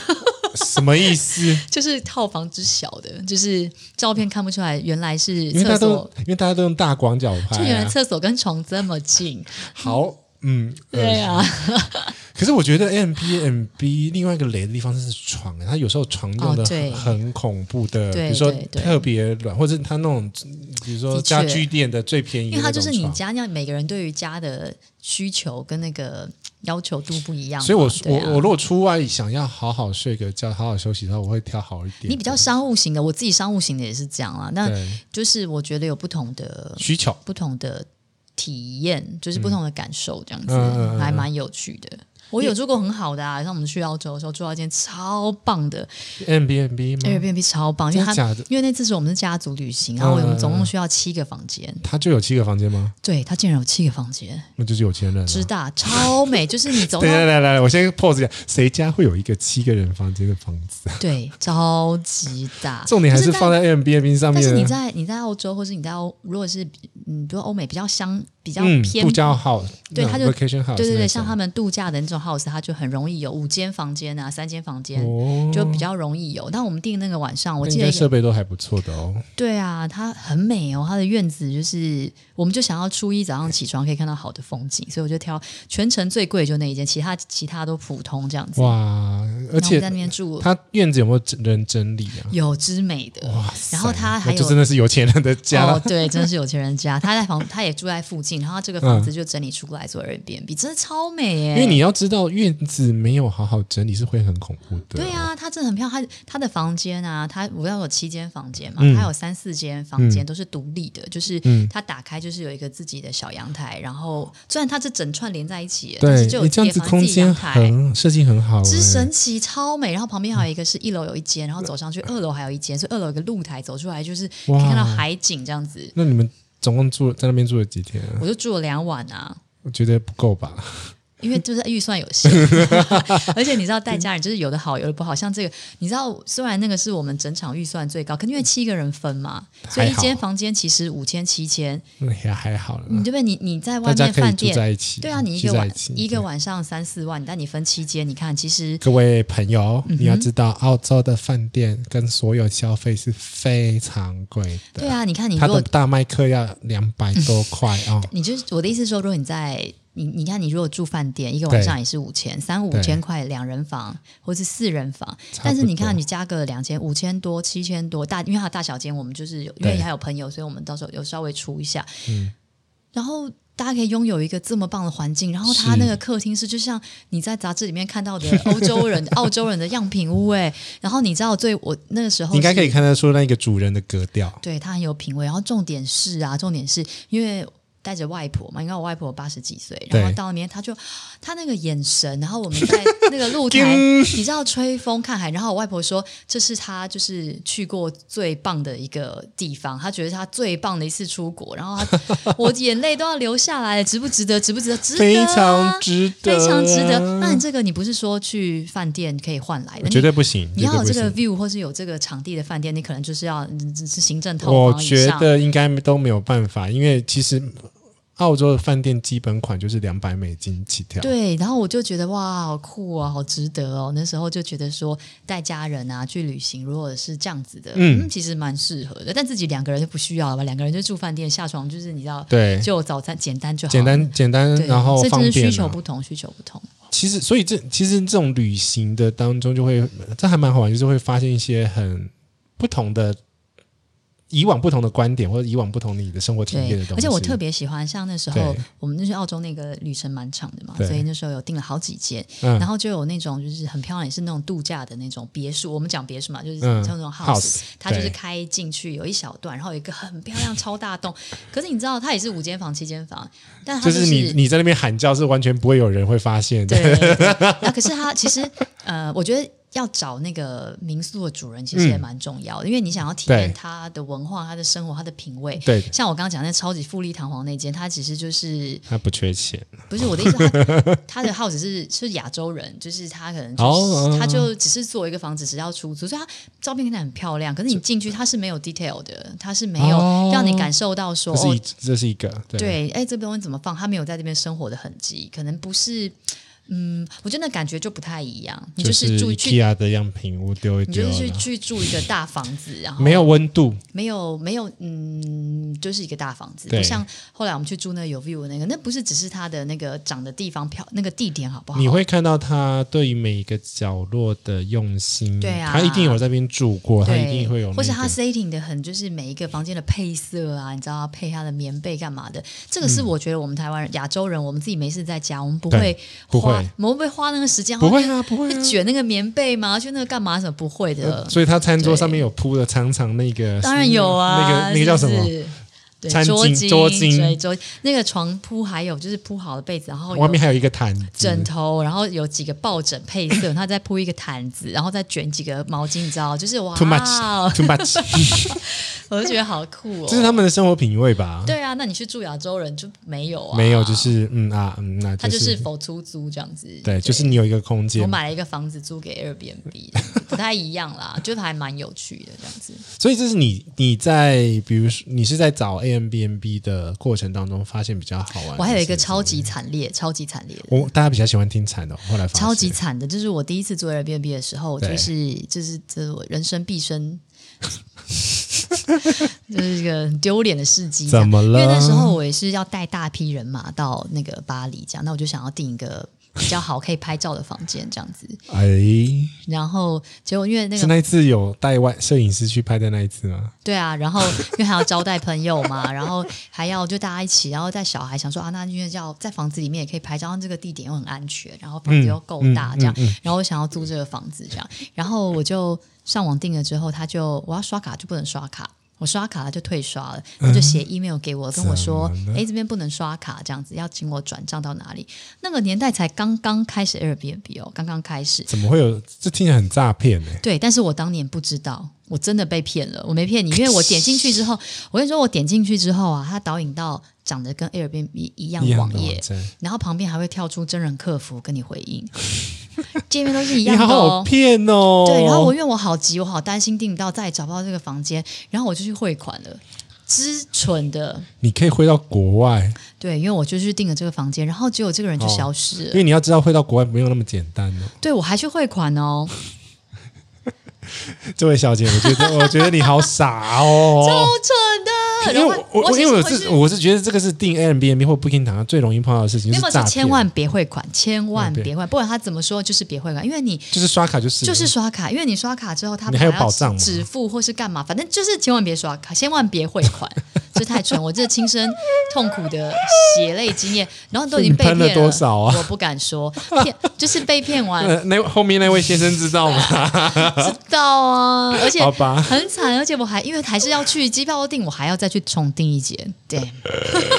[SPEAKER 1] 什么意思？
[SPEAKER 2] 就是套房之小的，就是照片看不出来，原来是
[SPEAKER 1] 因为大家
[SPEAKER 2] 厕
[SPEAKER 1] 都哎
[SPEAKER 2] 所，
[SPEAKER 1] 因为大家都用大广角拍、
[SPEAKER 2] 就原来
[SPEAKER 1] 啊，
[SPEAKER 2] 厕所跟床这么近。
[SPEAKER 1] 好，嗯，呃
[SPEAKER 2] 对啊，
[SPEAKER 1] 可是我觉得 M B M B 另外一个雷的地方是床，啊它有时候床用的
[SPEAKER 2] 哦对
[SPEAKER 1] 很恐怖的，比
[SPEAKER 2] 对
[SPEAKER 1] 如说
[SPEAKER 2] 对对
[SPEAKER 1] 特别软，或者它那种嗯比如说
[SPEAKER 2] 的确
[SPEAKER 1] 家居店的最便宜
[SPEAKER 2] 因
[SPEAKER 1] 的
[SPEAKER 2] 为
[SPEAKER 1] 那
[SPEAKER 2] 它
[SPEAKER 1] 种
[SPEAKER 2] 就是
[SPEAKER 1] 床，
[SPEAKER 2] 你家那样，每个人对于家的需求跟那个要求度不一样嘛。
[SPEAKER 1] 所以我、
[SPEAKER 2] 对啊
[SPEAKER 1] 我我如果出外想要好好睡个觉、好好休息的话，我会挑好一点的。
[SPEAKER 2] 你比较嗯商务型的，我自己商务型的也是这样啦。那
[SPEAKER 1] 对
[SPEAKER 2] 就是我觉得有不同的
[SPEAKER 1] 需求，
[SPEAKER 2] 不同的体验，就是不同的感受，这样子、
[SPEAKER 1] 嗯嗯嗯嗯嗯
[SPEAKER 2] 还蛮有趣的。我有住过很好的啊，像我们去澳洲的时候住到一间超棒的
[SPEAKER 1] M B M B 吗？
[SPEAKER 2] Airbnb，超棒，因为
[SPEAKER 1] 嗯真的
[SPEAKER 2] 它
[SPEAKER 1] 假的？
[SPEAKER 2] 因为那次是我们是家族旅行，然后我
[SPEAKER 1] 嗯嗯嗯
[SPEAKER 2] 们总共需要七个房间，
[SPEAKER 1] 它就有七个房间吗？
[SPEAKER 2] 对，它竟然有七个房间，
[SPEAKER 1] 那就是有钱人、
[SPEAKER 2] 之
[SPEAKER 1] 啊。
[SPEAKER 2] 大超 美，就是你走到
[SPEAKER 1] 对，啊来来来来，我先 pose 一下，谁家会有一个七个人房间的房子？啊
[SPEAKER 2] 对，超级大，
[SPEAKER 1] 重点还
[SPEAKER 2] 就是在
[SPEAKER 1] 放在 M B M B 上面
[SPEAKER 2] 但
[SPEAKER 1] 啊。
[SPEAKER 2] 是你在你在澳洲，或是你在欧，如果是嗯，比如欧美比较乡比较
[SPEAKER 1] 嗯
[SPEAKER 2] 偏，
[SPEAKER 1] 度假 house，
[SPEAKER 2] 对
[SPEAKER 1] 那
[SPEAKER 2] 它就
[SPEAKER 1] vacation house，
[SPEAKER 2] 对对
[SPEAKER 1] 那种
[SPEAKER 2] 对，像他们度假的那种 house，它就很容易有五间房间啊，三间房间。
[SPEAKER 1] 哦，
[SPEAKER 2] 就比较容易有，但我们订那个晚上，我
[SPEAKER 1] 那
[SPEAKER 2] 记
[SPEAKER 1] 应
[SPEAKER 2] 得
[SPEAKER 1] 该
[SPEAKER 2] 有
[SPEAKER 1] 设备都还不错的哦。
[SPEAKER 2] 对啊，它很美哦，它的院子就是，我们就想要初一早上起床可以看到好的风景，所以我就挑全程最贵就那一间，其他其他都普通这样子。
[SPEAKER 1] 哇，而
[SPEAKER 2] 然后我们
[SPEAKER 1] 且
[SPEAKER 2] 在那边住
[SPEAKER 1] 他院子有没有人整理啊？
[SPEAKER 2] 有之美的，
[SPEAKER 1] 哇塞，
[SPEAKER 2] 然后它还
[SPEAKER 1] 那就
[SPEAKER 2] 有
[SPEAKER 1] 真的是有钱人的家了
[SPEAKER 2] 哦，对，真是有钱 人家。他在房，他也住在附近，然后他这个房子就整理出来做 Airbnb，、真的超美耶、
[SPEAKER 1] 嗯因为你要知道，院子没有好好整理是会很恐怖的。
[SPEAKER 2] 对，啊，它真的很漂亮。它它的房间啊，它我要有七间房间嘛，
[SPEAKER 1] 嗯
[SPEAKER 2] 它有三四间房间都是独立的，就是它打开就是有一个自己的小阳台，然后虽然它是整串连在一起，但
[SPEAKER 1] 对
[SPEAKER 2] 是就有
[SPEAKER 1] 你这样子
[SPEAKER 2] 自己的房
[SPEAKER 1] 空
[SPEAKER 2] 自己的
[SPEAKER 1] 间
[SPEAKER 2] 阳台。
[SPEAKER 1] 很设计很好、欸，
[SPEAKER 2] 之神奇，超美。然后旁边还有一个是一楼有一间，然后走上去二楼还有一间，所以二楼有个露台，走出来就是可以看
[SPEAKER 1] 哇
[SPEAKER 2] 到海景这样子。
[SPEAKER 1] 那你们总共住在那边住了几天啊？
[SPEAKER 2] 我就住了两晚啊，
[SPEAKER 1] 我觉得不够吧？
[SPEAKER 2] 因为就是预算有限， 而且你知道带家人就是有的好有的不好，像这个你知道虽然那个是我们整场预算最高，可因为七个人分嘛，所以一
[SPEAKER 1] 还
[SPEAKER 2] 间
[SPEAKER 1] 好
[SPEAKER 2] 房间其实五千七千，
[SPEAKER 1] 那也还好
[SPEAKER 2] 你
[SPEAKER 1] 了，
[SPEAKER 2] 对不对？你你
[SPEAKER 1] 大
[SPEAKER 2] 在嗯外
[SPEAKER 1] 家
[SPEAKER 2] 面
[SPEAKER 1] 可以
[SPEAKER 2] 饭
[SPEAKER 1] 住
[SPEAKER 2] 店，
[SPEAKER 1] 在一起。
[SPEAKER 2] 对啊，你一
[SPEAKER 1] 聚
[SPEAKER 2] 个
[SPEAKER 1] 在
[SPEAKER 2] 晚
[SPEAKER 1] 一起
[SPEAKER 2] 一个
[SPEAKER 1] 对
[SPEAKER 2] 晚上三四万，但你分七间，你看其实
[SPEAKER 1] 各位朋友，
[SPEAKER 2] 嗯
[SPEAKER 1] 你要知道，澳洲的饭店跟所有消费是非常贵的。
[SPEAKER 2] 对，啊，你看你
[SPEAKER 1] 它
[SPEAKER 2] 如
[SPEAKER 1] 的
[SPEAKER 2] 果
[SPEAKER 1] 大麦克要两百多块 哦。
[SPEAKER 2] 你就是我的意思是说，如果你在你你看你如果住饭店，一个晚上也是五千三五
[SPEAKER 1] 对
[SPEAKER 2] 千块两人房或是四人房，
[SPEAKER 1] 差不多
[SPEAKER 2] 但是你看你加个两千五千多七千多大，因为它有大小间，我们就是有因为
[SPEAKER 1] 对嗯
[SPEAKER 2] 还有朋友，所以我们到时候有稍微除一下，然后。大家可以拥有一个这么棒的环境，然后它
[SPEAKER 1] 是
[SPEAKER 2] 那个客厅是就像你在杂志里面看到的欧 洲人、澳洲人的样品屋哎、然后你知道最我那个时候
[SPEAKER 1] 你应该
[SPEAKER 2] 是
[SPEAKER 1] 可以看得出那个主人的格调，
[SPEAKER 2] 对他很有品味。然后重点是啊，重点是因为带着外婆嘛，因为我外婆八十几岁，
[SPEAKER 1] 对
[SPEAKER 2] 然后到那边他就他那个眼神，然后我们在那个 露台，你知道吹风看海，然后我外婆说这是她就是去过最棒的一个地方，她觉得她最棒的一次出国，然后 她我眼泪都要流下来了，值不值得？值不值得？值得
[SPEAKER 1] 非
[SPEAKER 2] 啊、
[SPEAKER 1] 常值得
[SPEAKER 2] 非
[SPEAKER 1] 啊，
[SPEAKER 2] 常值得。那你这个你不是说去饭店可以换来的？
[SPEAKER 1] 绝对不行，
[SPEAKER 2] 你
[SPEAKER 1] 绝
[SPEAKER 2] 要
[SPEAKER 1] 对
[SPEAKER 2] 有
[SPEAKER 1] 不
[SPEAKER 2] 这个
[SPEAKER 1] 行。
[SPEAKER 2] view 或是有这个场地的饭店，你可能就是要嗯是行政套
[SPEAKER 1] 我
[SPEAKER 2] 房以
[SPEAKER 1] 觉
[SPEAKER 2] 上。
[SPEAKER 1] 得应该都没有办法，因为其实澳洲的饭店基本款就是两百美金起跳。
[SPEAKER 2] 对，然后我就觉得哇，好酷啊，好值得哦！那时候就觉得说，带家人啊去旅行，如果是这样子的，
[SPEAKER 1] 嗯
[SPEAKER 2] 嗯，其实蛮适合的。但自己两个人就不需要了吧？两个人就住饭店，下床就是你知道，
[SPEAKER 1] 对，
[SPEAKER 2] 就早餐简单就好，
[SPEAKER 1] 简，单简单，
[SPEAKER 2] 对，
[SPEAKER 1] 然后
[SPEAKER 2] 所以
[SPEAKER 1] 方
[SPEAKER 2] 真的
[SPEAKER 1] 便
[SPEAKER 2] 需
[SPEAKER 1] 啊。
[SPEAKER 2] 求不同，需求不同。
[SPEAKER 1] 其实，所以这其实这种旅行的当中，就会这还蛮好玩，就是会发现一些很不同的、以往不同的观点，或者以往不同你的生活体验
[SPEAKER 2] 对
[SPEAKER 1] 的东西。
[SPEAKER 2] 而且我特别喜欢，像那时候
[SPEAKER 1] 对
[SPEAKER 2] 我们那去澳洲那个旅程蛮长的嘛，
[SPEAKER 1] 对
[SPEAKER 2] 所以那时候有订了好几间，
[SPEAKER 1] 嗯
[SPEAKER 2] 然后就有那种就是很漂亮，也是那种度假的那种别墅。我们讲别墅嘛，就是
[SPEAKER 1] 嗯
[SPEAKER 2] 像那种
[SPEAKER 1] house，
[SPEAKER 2] 它就是
[SPEAKER 1] 对
[SPEAKER 2] 开进去有一小段，然后有一个很漂亮超大栋。可是你知道，它也是五间房、七间房，但它
[SPEAKER 1] 就是你你在那边喊叫是完全不会有人会发现的。
[SPEAKER 2] 对， 然后可是它其实呃，我觉得。要找那个民宿的主人其实也蛮重要的，因为你想要体验
[SPEAKER 1] 嗯对
[SPEAKER 2] 他的文化、他的生活、他的品味。
[SPEAKER 1] 对，
[SPEAKER 2] 像我刚刚讲那超级富丽堂皇那间，它其实就是
[SPEAKER 1] 他不缺钱，
[SPEAKER 2] 不是我的意思，他他的 house 是是亚洲人，就是他可能就是、
[SPEAKER 1] 哦
[SPEAKER 2] 他就只是做一个房子，只要出租，所以他照片看起来很漂亮，可是你进去他是没有 detail 的，他是没有
[SPEAKER 1] 哦
[SPEAKER 2] 让你感受到说
[SPEAKER 1] 这是
[SPEAKER 2] 哦
[SPEAKER 1] 一、这是一个对
[SPEAKER 2] 对，哎，这东西怎么放？他没有在这边生活的痕迹，可能不是。嗯，我觉得那感觉就不太一样。你
[SPEAKER 1] 就
[SPEAKER 2] 就是住去，
[SPEAKER 1] IKEA 的样品屋丢一
[SPEAKER 2] 你
[SPEAKER 1] 丢
[SPEAKER 2] 就是
[SPEAKER 1] 了，
[SPEAKER 2] 去哦去住一个大房子，然后
[SPEAKER 1] 没有温度，
[SPEAKER 2] 没有没有，嗯，就是一个大房子，
[SPEAKER 1] 对
[SPEAKER 2] 不像后来我们去住那个有 view 的那个，那不是只是它的那个长的地方漂那个地点好不好？
[SPEAKER 1] 你会看到他对于每一个角落的用心。
[SPEAKER 2] 对啊
[SPEAKER 1] 他一定有在那边住过，他
[SPEAKER 2] 对，
[SPEAKER 1] 一定会有、那个。
[SPEAKER 2] 或者它 setting 的很，就是每一个房间的配色啊，你知道配它的棉被干嘛的，这个是我觉得我们台湾人、亚洲人，我们自己没事在家，我们不会
[SPEAKER 1] 嗯对不
[SPEAKER 2] 花
[SPEAKER 1] 会，
[SPEAKER 2] 我们不会花那个时间，
[SPEAKER 1] 不会
[SPEAKER 2] 然后
[SPEAKER 1] 啊，不会
[SPEAKER 2] 去
[SPEAKER 1] 啊。
[SPEAKER 2] 卷那个棉被吗？去那个干嘛？什么不会的？
[SPEAKER 1] 所以他餐桌上面有铺的长长那个，
[SPEAKER 2] 当然有啊，
[SPEAKER 1] 那个那个叫什
[SPEAKER 2] 是不
[SPEAKER 1] 么？
[SPEAKER 2] 是？对
[SPEAKER 1] 餐
[SPEAKER 2] 桌
[SPEAKER 1] 巾
[SPEAKER 2] 巾、
[SPEAKER 1] 桌巾
[SPEAKER 2] 对桌那个床铺，还有就是铺好的被子，然后有
[SPEAKER 1] 外面还有一个毯子，
[SPEAKER 2] 枕头，然后有几个抱枕配 色，他再铺一个毯子，然后再卷几个毛巾，你知道，就是哇哦
[SPEAKER 1] Too much, too much，
[SPEAKER 2] 我就觉得好酷哦。
[SPEAKER 1] 这是他们的生活品味吧？
[SPEAKER 2] 对啊，那你去住亚洲人就没有啊？
[SPEAKER 1] 没有，就是嗯啊嗯，那
[SPEAKER 2] 他
[SPEAKER 1] 就
[SPEAKER 2] 就是否出租这样子。
[SPEAKER 1] 对，就是你有一个空
[SPEAKER 2] 我
[SPEAKER 1] 间，
[SPEAKER 2] 买了一个房子租给 Airbnb，这样 子不太一样啦，就还蛮有趣的这样 子。
[SPEAKER 1] 所以这是你你在比如说你是在找 A M B N B 的过程当中发现比较好玩的事情。
[SPEAKER 2] 我还有一个超级惨烈、超级惨烈的。
[SPEAKER 1] 我大家比较喜欢听惨的，后来发现
[SPEAKER 2] 超级惨的，就是我第一次做 Airbnb 的时候，
[SPEAKER 1] 哦对
[SPEAKER 2] 就是就是这是我人生毕生， 就是一个很丢脸的事迹。
[SPEAKER 1] 怎么了
[SPEAKER 2] 因为那时候我也是要带大批人马到那个巴黎，这样，那我就想要订一个比较好可以拍照的房间，这样子。
[SPEAKER 1] 哎，
[SPEAKER 2] 然后结果因为那
[SPEAKER 1] 是
[SPEAKER 2] 个
[SPEAKER 1] 那一次有带外摄影师去拍的那一次吗？
[SPEAKER 2] 对啊，然后 因为还要招待朋友嘛，然后还要就大家一起，然后带小孩，想说啊，那因为要在房子里面也可以拍照，这个地点又很安全，然后房子又够大，这样，然后我想要租这个房子这样，然后我就上网订了之后，他就我要刷卡就不能刷卡。我刷卡他就退刷了，他就写 email 给我，跟我说
[SPEAKER 1] 怎么：“了
[SPEAKER 2] 哎，这边不能刷卡，这样子要请我转账到哪里？”那个年代才刚刚开始 Airbnb 哦，刚刚开始，
[SPEAKER 1] 怎么会有？这听起来很诈骗呢、
[SPEAKER 2] 对，但是我当年不知道，我真的被骗了，我没骗你，因为我点进去之后，我跟你说，我点进去之后啊，它导引到长得跟 Airbnb 一样
[SPEAKER 1] 一样
[SPEAKER 2] 网
[SPEAKER 1] 的
[SPEAKER 2] 页
[SPEAKER 1] 网，站，
[SPEAKER 2] 然后旁边还会跳出真人客服跟你回 应，界面都是一
[SPEAKER 1] 你
[SPEAKER 2] 样的
[SPEAKER 1] 好好
[SPEAKER 2] 哦。
[SPEAKER 1] 骗哦。
[SPEAKER 2] 对，然后我因为我好急，我好担心订不到，再也找不到这个房间，然后我就去汇款了，之蠢的。
[SPEAKER 1] 你可以汇到国外，
[SPEAKER 2] 对，因为我就去订了这个房间，然后结果这个人就
[SPEAKER 1] 哦
[SPEAKER 2] 消失了。
[SPEAKER 1] 因为你要知道汇到国外没有那么简单哦。
[SPEAKER 2] 对，我还去汇款哦，
[SPEAKER 1] 这位小姐，我觉得我觉得你好傻 哦。
[SPEAKER 2] 好蠢的。
[SPEAKER 1] 因为
[SPEAKER 2] 然后
[SPEAKER 1] 我我
[SPEAKER 2] 其
[SPEAKER 1] 因
[SPEAKER 2] 实
[SPEAKER 1] 为我
[SPEAKER 2] 会去
[SPEAKER 1] 是我是觉得这个是订 Airbnb 或 Booking 堂最容易碰到的事情，
[SPEAKER 2] 那
[SPEAKER 1] 就
[SPEAKER 2] 么
[SPEAKER 1] 是诈骗，
[SPEAKER 2] 千万别汇款，千万
[SPEAKER 1] 对
[SPEAKER 2] 别汇，不管他怎么说，就是别汇款，因为你
[SPEAKER 1] 就是刷卡就是
[SPEAKER 2] 就是刷卡，因为你刷卡之后，他
[SPEAKER 1] 啊你还有
[SPEAKER 2] 本来要
[SPEAKER 1] 保障吗
[SPEAKER 2] 支付或是干嘛，反正就是千万别刷卡，千万别汇款，这太蠢，我这亲身痛苦的血泪经验，然后都已经被骗
[SPEAKER 1] 你喷了多少啊
[SPEAKER 2] 我不敢说骗，就是被骗 完
[SPEAKER 1] 那那后面那位先生知道 吗？
[SPEAKER 2] 知道啊，而且
[SPEAKER 1] 好吧
[SPEAKER 2] 很惨，而且我还因为还是要去机票都订，我还要再去重订一节，对，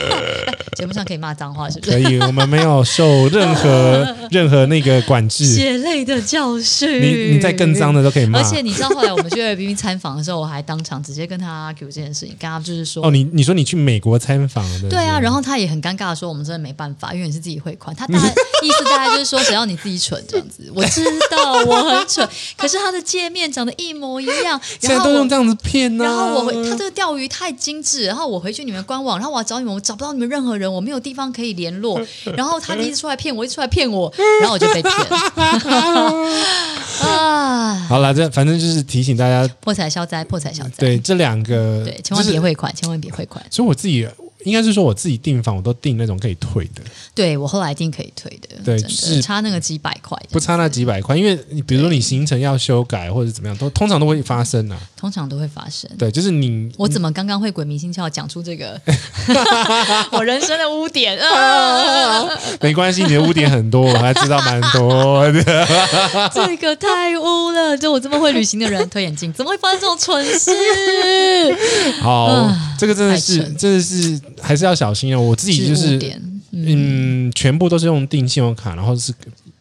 [SPEAKER 2] 节目上可以骂脏话是不是
[SPEAKER 1] 可？以，我们没有受任 何任何那个管制。
[SPEAKER 2] 血泪的教训。
[SPEAKER 1] 你你再更脏的都可以骂
[SPEAKER 2] 而且你知道后来我们去 Airbnb 参访的时候，我还当场直接跟他 argue 这件事情，跟他就是说。
[SPEAKER 1] 哦，你你说你去美国参访的？
[SPEAKER 2] 对啊，然
[SPEAKER 1] 后
[SPEAKER 2] 后他也很尴尬的说：“我们真的没办法，因为你是自己 汇款。”他大概意思大概就是说，只要你自己蠢这样子。我知道我很蠢，可是他的界面长得一模一样，
[SPEAKER 1] 现在
[SPEAKER 2] 然后
[SPEAKER 1] 都
[SPEAKER 2] 我
[SPEAKER 1] 用这样子骗啊呢、
[SPEAKER 2] 然后我回
[SPEAKER 1] 嗯
[SPEAKER 2] 他这个钓鱼太精致，然后我回去你们官网，然后我要找你们，我找不到你们任何人，我没有地方可以联 络。然后他一直出来骗我，一直出来骗我，然后我就被骗了啊！
[SPEAKER 1] 好了，这反正就是提醒大家，
[SPEAKER 2] 破财消灾，破财消灾，
[SPEAKER 1] 对这两个
[SPEAKER 2] 对千万
[SPEAKER 1] 就是
[SPEAKER 2] 别汇款，千万别汇款。
[SPEAKER 1] 所以我自己应该是说我自己订房，我都订那种可以退的，
[SPEAKER 2] 对我后来一定可以退的，
[SPEAKER 1] 对
[SPEAKER 2] 真的
[SPEAKER 1] 是
[SPEAKER 2] 差那个几百块，
[SPEAKER 1] 不差那几百块，因为你比如说你行程要修改或者怎么样，都通常都会发生啊。
[SPEAKER 2] 通常都会发生。
[SPEAKER 1] 对，就是你
[SPEAKER 2] 我怎么刚刚会鬼迷心窍讲出 这个 我人生的污点？啊，
[SPEAKER 1] 没关系，你的污点很多，我还知道蛮多的。
[SPEAKER 2] 这个太污了！就我这么会旅行的人，推眼镜怎么会发生这种蠢事？
[SPEAKER 1] 好，这个真的
[SPEAKER 2] 太
[SPEAKER 1] 是
[SPEAKER 2] 蠢
[SPEAKER 1] 真的是还是要小心哦。我自己就
[SPEAKER 2] 置物
[SPEAKER 1] 是
[SPEAKER 2] 点，
[SPEAKER 1] 嗯，全部都是用订信用卡，然后是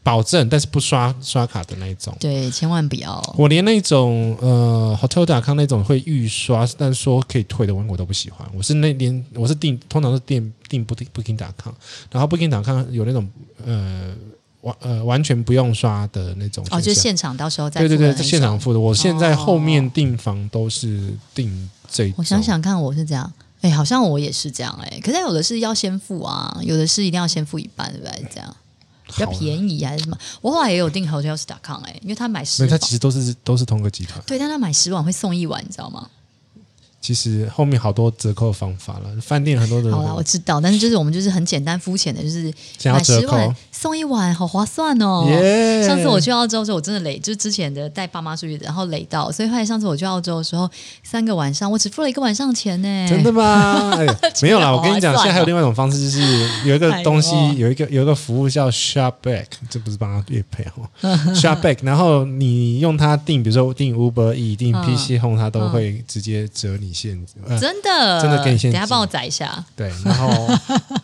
[SPEAKER 1] 保证，但是不刷刷卡的那一种。
[SPEAKER 2] 对，千万不要。
[SPEAKER 1] 我连那种呃 Hotel.com 那种会预刷，但说可以退的，我都不喜欢。我是那连我是订，通常是订订 Booking Booking.com，然后 Booking.com 有那种呃完呃完全不用刷的那种
[SPEAKER 2] 哦，
[SPEAKER 1] 选
[SPEAKER 2] 就
[SPEAKER 1] 项
[SPEAKER 2] 现场到时候再
[SPEAKER 1] 对对
[SPEAKER 2] 付
[SPEAKER 1] 对，
[SPEAKER 2] 人
[SPEAKER 1] 在
[SPEAKER 2] 很
[SPEAKER 1] 现
[SPEAKER 2] 少
[SPEAKER 1] 场付的。我现在
[SPEAKER 2] 哦
[SPEAKER 1] 后面订房都是订这一种
[SPEAKER 2] 我想，想看，我是这样，哎、好像我也是这样、哎，可是有的是要先付啊，有的是一定要先付一半，对不对？这样比较便宜还是什么？我后来也有订 Hotels.com 哎、因为他买十
[SPEAKER 1] 那它
[SPEAKER 2] 碗，
[SPEAKER 1] 其实都是都是同个集团。
[SPEAKER 2] 对，但他买十碗会送一碗，你知道吗？
[SPEAKER 1] 其实后面好多折扣方法了，饭店很多的
[SPEAKER 2] 好啊啦，我知道，但是就是我们就是很简单肤浅的，就是
[SPEAKER 1] 想要
[SPEAKER 2] 买
[SPEAKER 1] 折
[SPEAKER 2] 十
[SPEAKER 1] 扣
[SPEAKER 2] 碗，送一碗，好划算哦。
[SPEAKER 1] 耶
[SPEAKER 2] 上次我去澳洲的时候，我真的累，就是之前的带爸妈出去，然后累到，所以后来上次我去澳洲的时候，三个晚上我只付了一个晚上钱呢。
[SPEAKER 1] 真的 吗？哎呀没有啦，我跟你讲，
[SPEAKER 2] 好划算哦
[SPEAKER 1] 现在还有另外一种方式，就是有一个东西
[SPEAKER 2] 哎，呦
[SPEAKER 1] 有一个有一个服务叫 Shopback，这不是帮他业配 哦，Shopback，然后你用它订，比如说订 Uber E、订
[SPEAKER 2] 嗯
[SPEAKER 1] PC Home，它都会直接折你现金。呃
[SPEAKER 2] 真的，
[SPEAKER 1] 真的给你现金
[SPEAKER 2] 等一下帮我载 一下，
[SPEAKER 1] 对，然后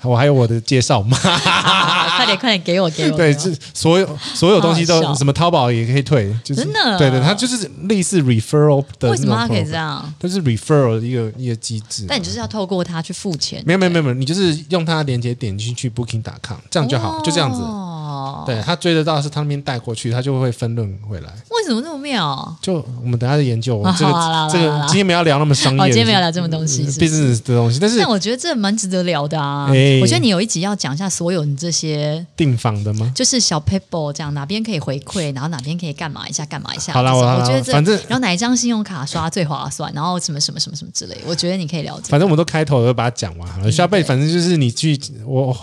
[SPEAKER 1] 我还有我的介绍码，
[SPEAKER 2] 啊快点快点给我给我。
[SPEAKER 1] 对，
[SPEAKER 2] 给我
[SPEAKER 1] 这所有所有东西
[SPEAKER 2] 好好
[SPEAKER 1] 都
[SPEAKER 2] 笑
[SPEAKER 1] 什么淘宝也可以退，就是
[SPEAKER 2] 真的
[SPEAKER 1] 对对，它就是类似 referral 的
[SPEAKER 2] 为什么
[SPEAKER 1] 那
[SPEAKER 2] 他
[SPEAKER 1] 种
[SPEAKER 2] 可以
[SPEAKER 1] program
[SPEAKER 2] 这？样？
[SPEAKER 1] 它是 referral 的一个一个机制。
[SPEAKER 2] 但你就是要透过他去付钱，
[SPEAKER 1] 没有没有没有没有，你就是用它的连接点进去 Booking.com，这样就好，就这样子。
[SPEAKER 2] 哦，
[SPEAKER 1] 对，他追得到是他那边带过去，他就会分论回来。
[SPEAKER 2] 为什么那么妙？
[SPEAKER 1] 就我们等下再研究，我们这
[SPEAKER 2] 啊好啦好
[SPEAKER 1] 个
[SPEAKER 2] 啦
[SPEAKER 1] 这
[SPEAKER 2] 好
[SPEAKER 1] 个
[SPEAKER 2] 啦
[SPEAKER 1] 今天没有聊那么商业
[SPEAKER 2] 哦，
[SPEAKER 1] 的，
[SPEAKER 2] 今天没有聊这么东西，是不是
[SPEAKER 1] business 的东西，嗯但是
[SPEAKER 2] 但我觉得这蛮值得聊的啊！
[SPEAKER 1] 哎
[SPEAKER 2] 我觉得你有一集要讲一下所有你这些，
[SPEAKER 1] 订房的吗？
[SPEAKER 2] 就是小 paper 这样哪边可以回馈，然后哪边可以干嘛一下干嘛一下。
[SPEAKER 1] 好啦
[SPEAKER 2] 就是
[SPEAKER 1] 我
[SPEAKER 2] 我觉得
[SPEAKER 1] 好啦
[SPEAKER 2] 这，
[SPEAKER 1] 反正
[SPEAKER 2] 然后哪一张信用卡刷最划算，然后什么什么什么什么之类，我觉得你可以聊这个。
[SPEAKER 1] 反正我们都开头都把它讲完好了，下辈
[SPEAKER 2] 嗯对
[SPEAKER 1] 反正就是你去我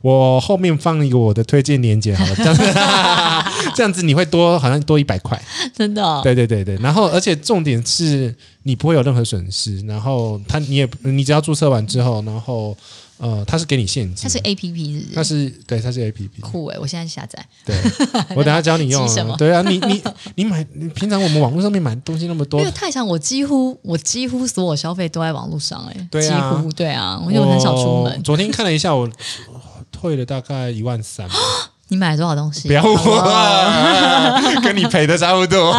[SPEAKER 1] 我后面放一个我的推荐链接好了，这样子 这样子你会多好像多一百块，
[SPEAKER 2] 真的哦，
[SPEAKER 1] 对对对对，然后而且重点是你不会有任何损失，然后他你也你只要注册完之后，然后呃他是给你现金，
[SPEAKER 2] 它是 A P P 是不
[SPEAKER 1] 它
[SPEAKER 2] 是？
[SPEAKER 1] 是对它是 A P P，
[SPEAKER 2] 酷哎、我现在下载。
[SPEAKER 1] 对，我等下教你用
[SPEAKER 2] 急什
[SPEAKER 1] 啊。
[SPEAKER 2] 么
[SPEAKER 1] 对啊，你你你买，你平常我们网络上面买东西那么多
[SPEAKER 2] 因为，太想，我几乎我几乎所有消费都在网络上哎、
[SPEAKER 1] 对啊哦
[SPEAKER 2] 几乎对啊，我就很少出
[SPEAKER 1] 我
[SPEAKER 2] 门。
[SPEAKER 1] 昨天看了一下，我退了大概一万三，
[SPEAKER 2] 你买了多少东西？
[SPEAKER 1] 不要
[SPEAKER 2] 好啊
[SPEAKER 1] 我， 跟你赔的差不多。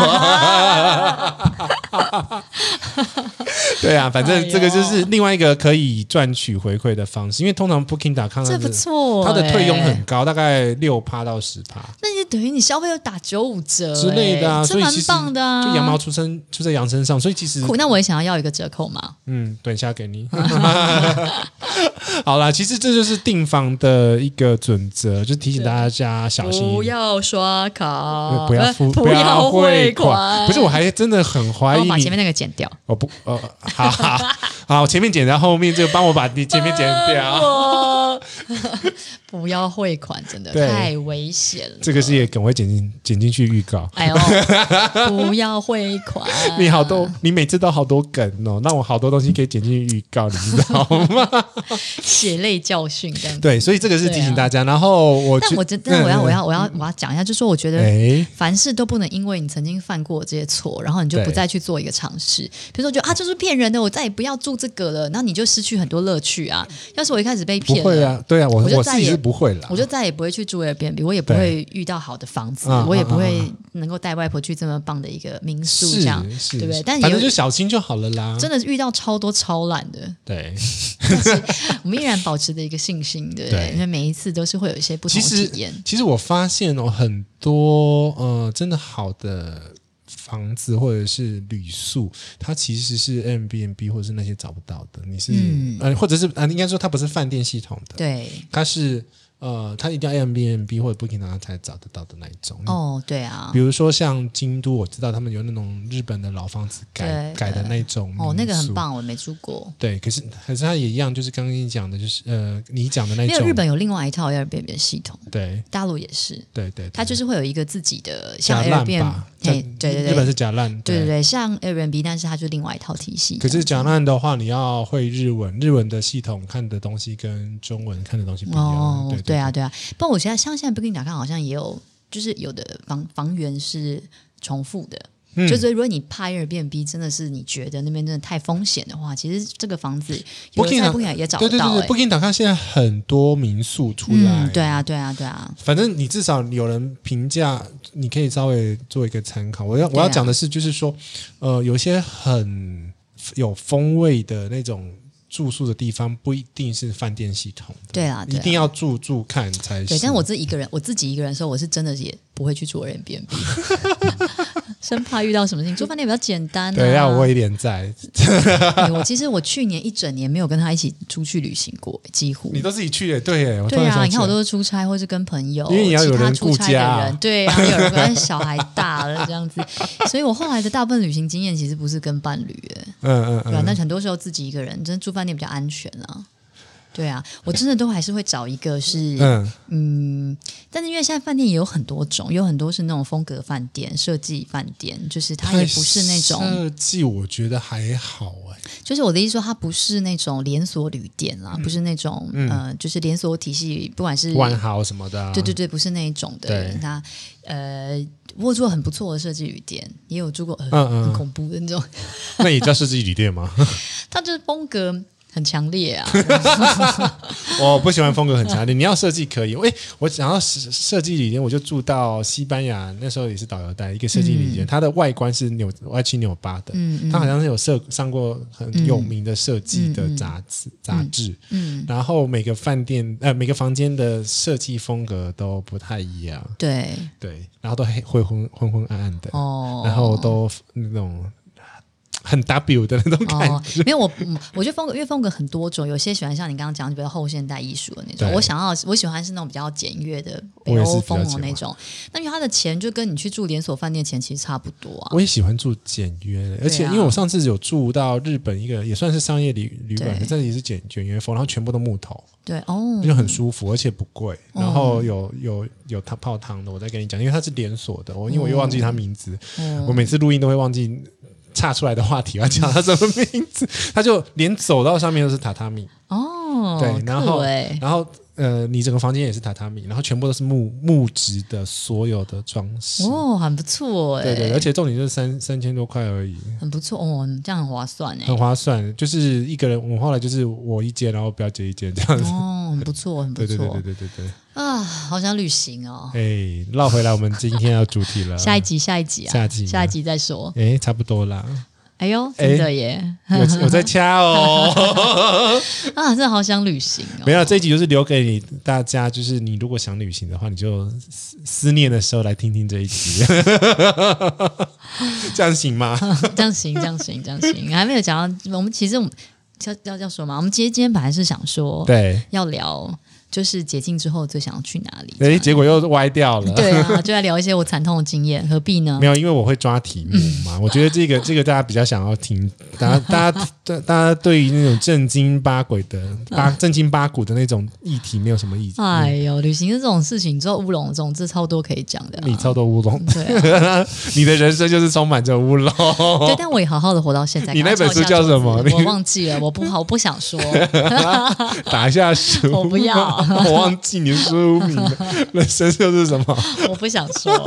[SPEAKER 1] 对啊，
[SPEAKER 2] 哎
[SPEAKER 1] 反正这个就是另外一个可以赚取回馈的方式，因为通常 Booking.com
[SPEAKER 2] 这不错、
[SPEAKER 1] 它的退佣
[SPEAKER 2] 哎
[SPEAKER 1] 很高，大概六趴到十趴。
[SPEAKER 2] 那就等于你消费又打九五折、
[SPEAKER 1] 之类的啊，
[SPEAKER 2] 哎
[SPEAKER 1] 所
[SPEAKER 2] 这
[SPEAKER 1] 以
[SPEAKER 2] 蛮
[SPEAKER 1] 其实
[SPEAKER 2] 棒的啊！
[SPEAKER 1] 就羊毛出生出在羊身上，所以其实
[SPEAKER 2] 酷，那我也想要要一个折扣嘛。
[SPEAKER 1] 嗯，等一下给你。 好啦，其实这就是订房的一个准则，就提醒大家小心一
[SPEAKER 2] 不
[SPEAKER 1] 点。
[SPEAKER 2] 要刷卡，
[SPEAKER 1] 呃不要
[SPEAKER 2] 呃
[SPEAKER 1] 付，
[SPEAKER 2] 不
[SPEAKER 1] 要汇
[SPEAKER 2] 款。
[SPEAKER 1] 不是，我还真的很怀
[SPEAKER 2] 帮
[SPEAKER 1] 疑
[SPEAKER 2] 我把前面
[SPEAKER 1] 你。
[SPEAKER 2] 那个剪掉。
[SPEAKER 1] 我不，呃，好好好，前面剪掉，后面就帮我把你前面剪 掉。
[SPEAKER 2] 啊我不要汇款，真的
[SPEAKER 1] 对
[SPEAKER 2] 太危险了。
[SPEAKER 1] 这个是也梗会剪进剪进去预告。
[SPEAKER 2] 哎呦，不要汇款。
[SPEAKER 1] 你好多，你每次都好多梗哦，那我好多东西可以剪进去预告，你知道吗？
[SPEAKER 2] 血泪教训这样子。
[SPEAKER 1] 对，所以这个是提醒大家。然后我觉，
[SPEAKER 2] 但我真，但我要，
[SPEAKER 1] 嗯
[SPEAKER 2] 我要，我要，我要讲一下，就是说我觉得
[SPEAKER 1] 哎，
[SPEAKER 2] 凡事都不能因为你曾经犯过这些错，然后你就
[SPEAKER 1] 对
[SPEAKER 2] 不再去做一个尝试。比如说，觉得啊，这是骗人的，我再也不要住这个了，那你就失去很多乐趣啊。要是我一开始被
[SPEAKER 1] 不
[SPEAKER 2] 骗
[SPEAKER 1] 会
[SPEAKER 2] 了，
[SPEAKER 1] 啊，对啊，我
[SPEAKER 2] 我就
[SPEAKER 1] 我
[SPEAKER 2] 再
[SPEAKER 1] 自己
[SPEAKER 2] 也
[SPEAKER 1] 是不会啦
[SPEAKER 2] 我。就再也不会去住 Airbnb，我也不
[SPEAKER 1] 对
[SPEAKER 2] 会遇到好的房子，
[SPEAKER 1] 啊
[SPEAKER 2] 我也
[SPEAKER 1] 啊
[SPEAKER 2] 不
[SPEAKER 1] 啊
[SPEAKER 2] 会能够带外婆去这么棒的一个民宿，
[SPEAKER 1] 是
[SPEAKER 2] 这样
[SPEAKER 1] 是，
[SPEAKER 2] 对不对？
[SPEAKER 1] 是
[SPEAKER 2] 但
[SPEAKER 1] 反
[SPEAKER 2] 也有
[SPEAKER 1] 正就小心就好了啦。
[SPEAKER 2] 真的遇到超多超烂 的，
[SPEAKER 1] 对，
[SPEAKER 2] 我们依然保持着一个信心，对不
[SPEAKER 1] 对
[SPEAKER 2] 对？因为每一次都是会有一些不
[SPEAKER 1] 其
[SPEAKER 2] 同
[SPEAKER 1] 实
[SPEAKER 2] 的体验。
[SPEAKER 1] 其实我发现哦，很多呃，真的好的房子或者是旅宿，它其实是 M B N B 或者是那些找不到的。你是、
[SPEAKER 2] 嗯
[SPEAKER 1] 呃，或者是呃，应该说它不是饭店系统的，
[SPEAKER 2] 对，
[SPEAKER 1] 它是呃，它一定要 M B N B 或者 Booking 它才找得到的那一种。
[SPEAKER 2] 哦，对啊
[SPEAKER 1] 嗯比，如说像京都，我知道他们有那种日本的老房子改
[SPEAKER 2] 对
[SPEAKER 1] 改的那种，
[SPEAKER 2] 哦，那个很。棒，我没住过。
[SPEAKER 1] 对，可是可是它也一样，就是刚刚你讲的，就是呃，你讲的那
[SPEAKER 2] 没
[SPEAKER 1] 种
[SPEAKER 2] 有，日本有另外一套 Airbnb 的系统，
[SPEAKER 1] 对
[SPEAKER 2] 大陆也是，
[SPEAKER 1] 对对，
[SPEAKER 2] 它就是是会有一个自己的像
[SPEAKER 1] 假烂
[SPEAKER 2] Airbnb，
[SPEAKER 1] 吧？
[SPEAKER 2] 哎
[SPEAKER 1] 假，
[SPEAKER 2] 对对
[SPEAKER 1] 日本
[SPEAKER 2] 对，
[SPEAKER 1] 是假烂，
[SPEAKER 2] 对对。对，像 Airbnb，但是它就另外一套体系。
[SPEAKER 1] 可是假烂的话，你要会日文，日文的系统看的东西跟中文看的东西不一样。
[SPEAKER 2] 哦
[SPEAKER 1] 对，
[SPEAKER 2] 对啊，，对啊，不过我现在像现在 Booking 打看好像也有，就是有的呃房房源是重复的。
[SPEAKER 1] 嗯
[SPEAKER 2] 就所以，如果你怕 Airbnb 真的是你觉得那边真的太风险的话，其实这个房子有的
[SPEAKER 1] Booking
[SPEAKER 2] 在
[SPEAKER 1] 啊
[SPEAKER 2] Booking 也找
[SPEAKER 1] 对
[SPEAKER 2] 得
[SPEAKER 1] 对
[SPEAKER 2] 到、
[SPEAKER 1] 对对
[SPEAKER 2] 欸。
[SPEAKER 1] ，Booking 打开现在很多民宿出来，
[SPEAKER 2] 嗯，对啊，对啊，对啊，
[SPEAKER 1] 反正你至少有人评价，你可以稍微做一个参考。我要我
[SPEAKER 2] 对
[SPEAKER 1] 要
[SPEAKER 2] 啊
[SPEAKER 1] 讲的是，就是说，呃，有些很有风味的那种住宿的地方，不一定是饭店系统的，
[SPEAKER 2] 对啦，对
[SPEAKER 1] 一
[SPEAKER 2] 啊
[SPEAKER 1] 定要住住看才行。
[SPEAKER 2] 对，但我自己一个人，我自己一个人的时候，我是真的也不会去住 Airbnb。 生怕遇到什么事情。做饭店比较简单、啊，
[SPEAKER 1] 对，要我威廉在，
[SPEAKER 2] 哎我其实我去年一整年没有跟他一起出去旅行过，几乎
[SPEAKER 1] 你。都自己去的，对耶，我突
[SPEAKER 2] 对
[SPEAKER 1] 然
[SPEAKER 2] 啊，
[SPEAKER 1] 想
[SPEAKER 2] 你
[SPEAKER 1] 起
[SPEAKER 2] 看我
[SPEAKER 1] 来
[SPEAKER 2] 都是出差或是跟朋友，
[SPEAKER 1] 因为你要有
[SPEAKER 2] 其他
[SPEAKER 1] 人
[SPEAKER 2] 出
[SPEAKER 1] 顾
[SPEAKER 2] 差
[SPEAKER 1] 家啊
[SPEAKER 2] 的人，对啊，有人管小孩大了这样 子，所以我后来的大部分旅行经验其实不是跟伴侣、哎
[SPEAKER 1] 嗯嗯
[SPEAKER 2] 对啊，
[SPEAKER 1] 嗯，
[SPEAKER 2] 但很多时候自己一个人，真的住饭店比较安全啊。对啊，我真的都还是会找一个是，
[SPEAKER 1] 哎嗯
[SPEAKER 2] 嗯，但是因为现在饭店也有很多种，有很多是那种风格饭店、设计饭店，就是它也不是那种，
[SPEAKER 1] 设计，我觉得还好哎，
[SPEAKER 2] 就是我的意思说，它不是那种连锁旅店
[SPEAKER 1] 嗯
[SPEAKER 2] 啦，不是那种、呃，就是连锁体系，不管是
[SPEAKER 1] 万豪什么的啊，
[SPEAKER 2] 嗯对对对，不是那一种的
[SPEAKER 1] 对。
[SPEAKER 2] 那呃，我有住过很不错的设计旅店，也有住过、呃
[SPEAKER 1] 嗯嗯
[SPEAKER 2] 很恐怖的那种，
[SPEAKER 1] 那也叫设计旅 店吗？
[SPEAKER 2] 它就是风格很强烈 啊。
[SPEAKER 1] 我不喜欢风格很强烈，你要设计可以。诶，我想要设设计理念，我就住到西班牙，那时候也是导游带一个设计理念，它的外观是纽歪七扭八的，
[SPEAKER 2] 嗯嗯
[SPEAKER 1] 它好像是有设上过很有名的设计的杂志、杂志，
[SPEAKER 2] 嗯，
[SPEAKER 1] 然后每个饭店呃每个房间的设计风格都不太一样，
[SPEAKER 2] 对，
[SPEAKER 1] 对，然后都黑会昏昏昏暗暗的，
[SPEAKER 2] 哦，
[SPEAKER 1] 然后都那种很 W 的那种感觉，
[SPEAKER 2] 哦，没有我，嗯我觉得风格，因为风格很多种，有些喜欢像你刚刚讲，比如后现代艺术的那种。
[SPEAKER 1] 对
[SPEAKER 2] 我想要，我喜欢是那种比较简约的
[SPEAKER 1] 我
[SPEAKER 2] 北
[SPEAKER 1] 也是
[SPEAKER 2] 欧
[SPEAKER 1] 比较
[SPEAKER 2] 风
[SPEAKER 1] 喜
[SPEAKER 2] 哦
[SPEAKER 1] 欢
[SPEAKER 2] 那种。那因为它的钱就跟你去住连锁饭店钱其实差不多啊。
[SPEAKER 1] 我也喜欢住简约的，而且
[SPEAKER 2] 对啊
[SPEAKER 1] 因为我上次有住到日本一个也算是商业旅旅馆，
[SPEAKER 2] 对
[SPEAKER 1] 但是也是简简约风，然后全部都木头，
[SPEAKER 2] 对哦，
[SPEAKER 1] 就很舒服，而且不贵。然后有
[SPEAKER 2] 嗯
[SPEAKER 1] 有有汤泡汤的，我再跟你讲，因为它是连锁的，我因为我又忘记它名字，
[SPEAKER 2] 哦
[SPEAKER 1] 我每次录音都会忘记岔出来的话题要讲它什么名字，它就连走到上面都是榻榻米，
[SPEAKER 2] 哦，
[SPEAKER 1] 对，然后、
[SPEAKER 2] 酷欸
[SPEAKER 1] 然后呃，你整个房间也是榻榻米，然后全部都是木木质的所有的装饰。
[SPEAKER 2] 哦，很不错哎、
[SPEAKER 1] 对对，而且重点就是三三千多块而已，
[SPEAKER 2] 很不错哦，这样很划算哎、
[SPEAKER 1] 很划算，就是一个人，我后来就是我一间，然后表姐一间这样子。
[SPEAKER 2] 哦，很不错，很
[SPEAKER 1] 对
[SPEAKER 2] 不
[SPEAKER 1] 对对对
[SPEAKER 2] 错
[SPEAKER 1] 对对对。
[SPEAKER 2] 啊，好想旅行哦。
[SPEAKER 1] 哎，绕回来，我们今天要主题了。
[SPEAKER 2] 下一集，下一集啊，
[SPEAKER 1] 下集呢
[SPEAKER 2] 下一集再说。
[SPEAKER 1] 哎，差不多 啦。
[SPEAKER 2] 哎呦，
[SPEAKER 1] 哎
[SPEAKER 2] 真的耶！
[SPEAKER 1] 我我在掐哦，
[SPEAKER 2] 啊，真的好想旅行哦。
[SPEAKER 1] 没有这一集就是留给你大家，就是你如果想旅行的话，你就思思念的时候来听听这一集， 这样行吗？
[SPEAKER 2] 这样行，这样行，这样行。还没有讲到，我们其实我们要要要说嘛，我们今天今天本来是想说
[SPEAKER 1] 对，
[SPEAKER 2] 要聊，就是解禁之后最想要去哪 里。
[SPEAKER 1] 哎，结果又歪掉了。
[SPEAKER 2] 对啊，就来聊一些我惨痛的经验，何必呢
[SPEAKER 1] 没？有，因为我会抓题目
[SPEAKER 2] 嗯
[SPEAKER 1] 嘛。我觉得这个这个大家比较想要听，大家大家大大家对于那种正经八鬼的
[SPEAKER 2] 嗯
[SPEAKER 1] 八正经八股的那种议题没有什么意见。
[SPEAKER 2] 哎呦，旅行这种事情，你知道乌龙总之超多可以讲的、
[SPEAKER 1] 你
[SPEAKER 2] 啊。
[SPEAKER 1] 超多乌龙，
[SPEAKER 2] 对啊，
[SPEAKER 1] 你的人生就是充满着 乌龙。
[SPEAKER 2] 对，但我也好好的活到现在。
[SPEAKER 1] 你那本书
[SPEAKER 2] 赶快
[SPEAKER 1] 叫什么
[SPEAKER 2] 照一下桌子
[SPEAKER 1] 你
[SPEAKER 2] 我忘记了，我不好，我不想说。
[SPEAKER 1] 打一下书，
[SPEAKER 2] 我不要
[SPEAKER 1] 我忘记你书名 了。人生就是什么？
[SPEAKER 2] 我不想说。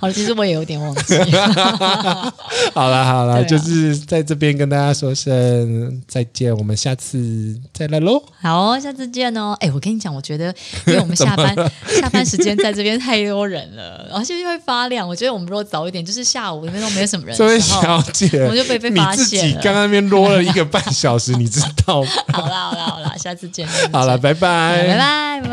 [SPEAKER 2] 好了，其实我也有点忘记。
[SPEAKER 1] 好了好了，
[SPEAKER 2] 对啊
[SPEAKER 1] 就是在这边跟大家说声再见，我们下次再来喽。
[SPEAKER 2] 好哦、下次见哦。哎，我跟你讲，我觉得因为我们下 班下班时间在这边太多人了，而且又会发亮。我觉得我们如果早一点，就是下午那边都没有什么人
[SPEAKER 1] 这
[SPEAKER 2] 的
[SPEAKER 1] 位
[SPEAKER 2] 时候，
[SPEAKER 1] 小姐，
[SPEAKER 2] 我们就被被
[SPEAKER 1] 你
[SPEAKER 2] 发
[SPEAKER 1] 自己
[SPEAKER 2] 现了。
[SPEAKER 1] 刚刚那边啰了一个半小时，你知道吗？
[SPEAKER 2] 好啦好啦好啦，下次见。下次见
[SPEAKER 1] 好了，，拜
[SPEAKER 2] 拜
[SPEAKER 1] 拜，
[SPEAKER 2] 拜拜拜。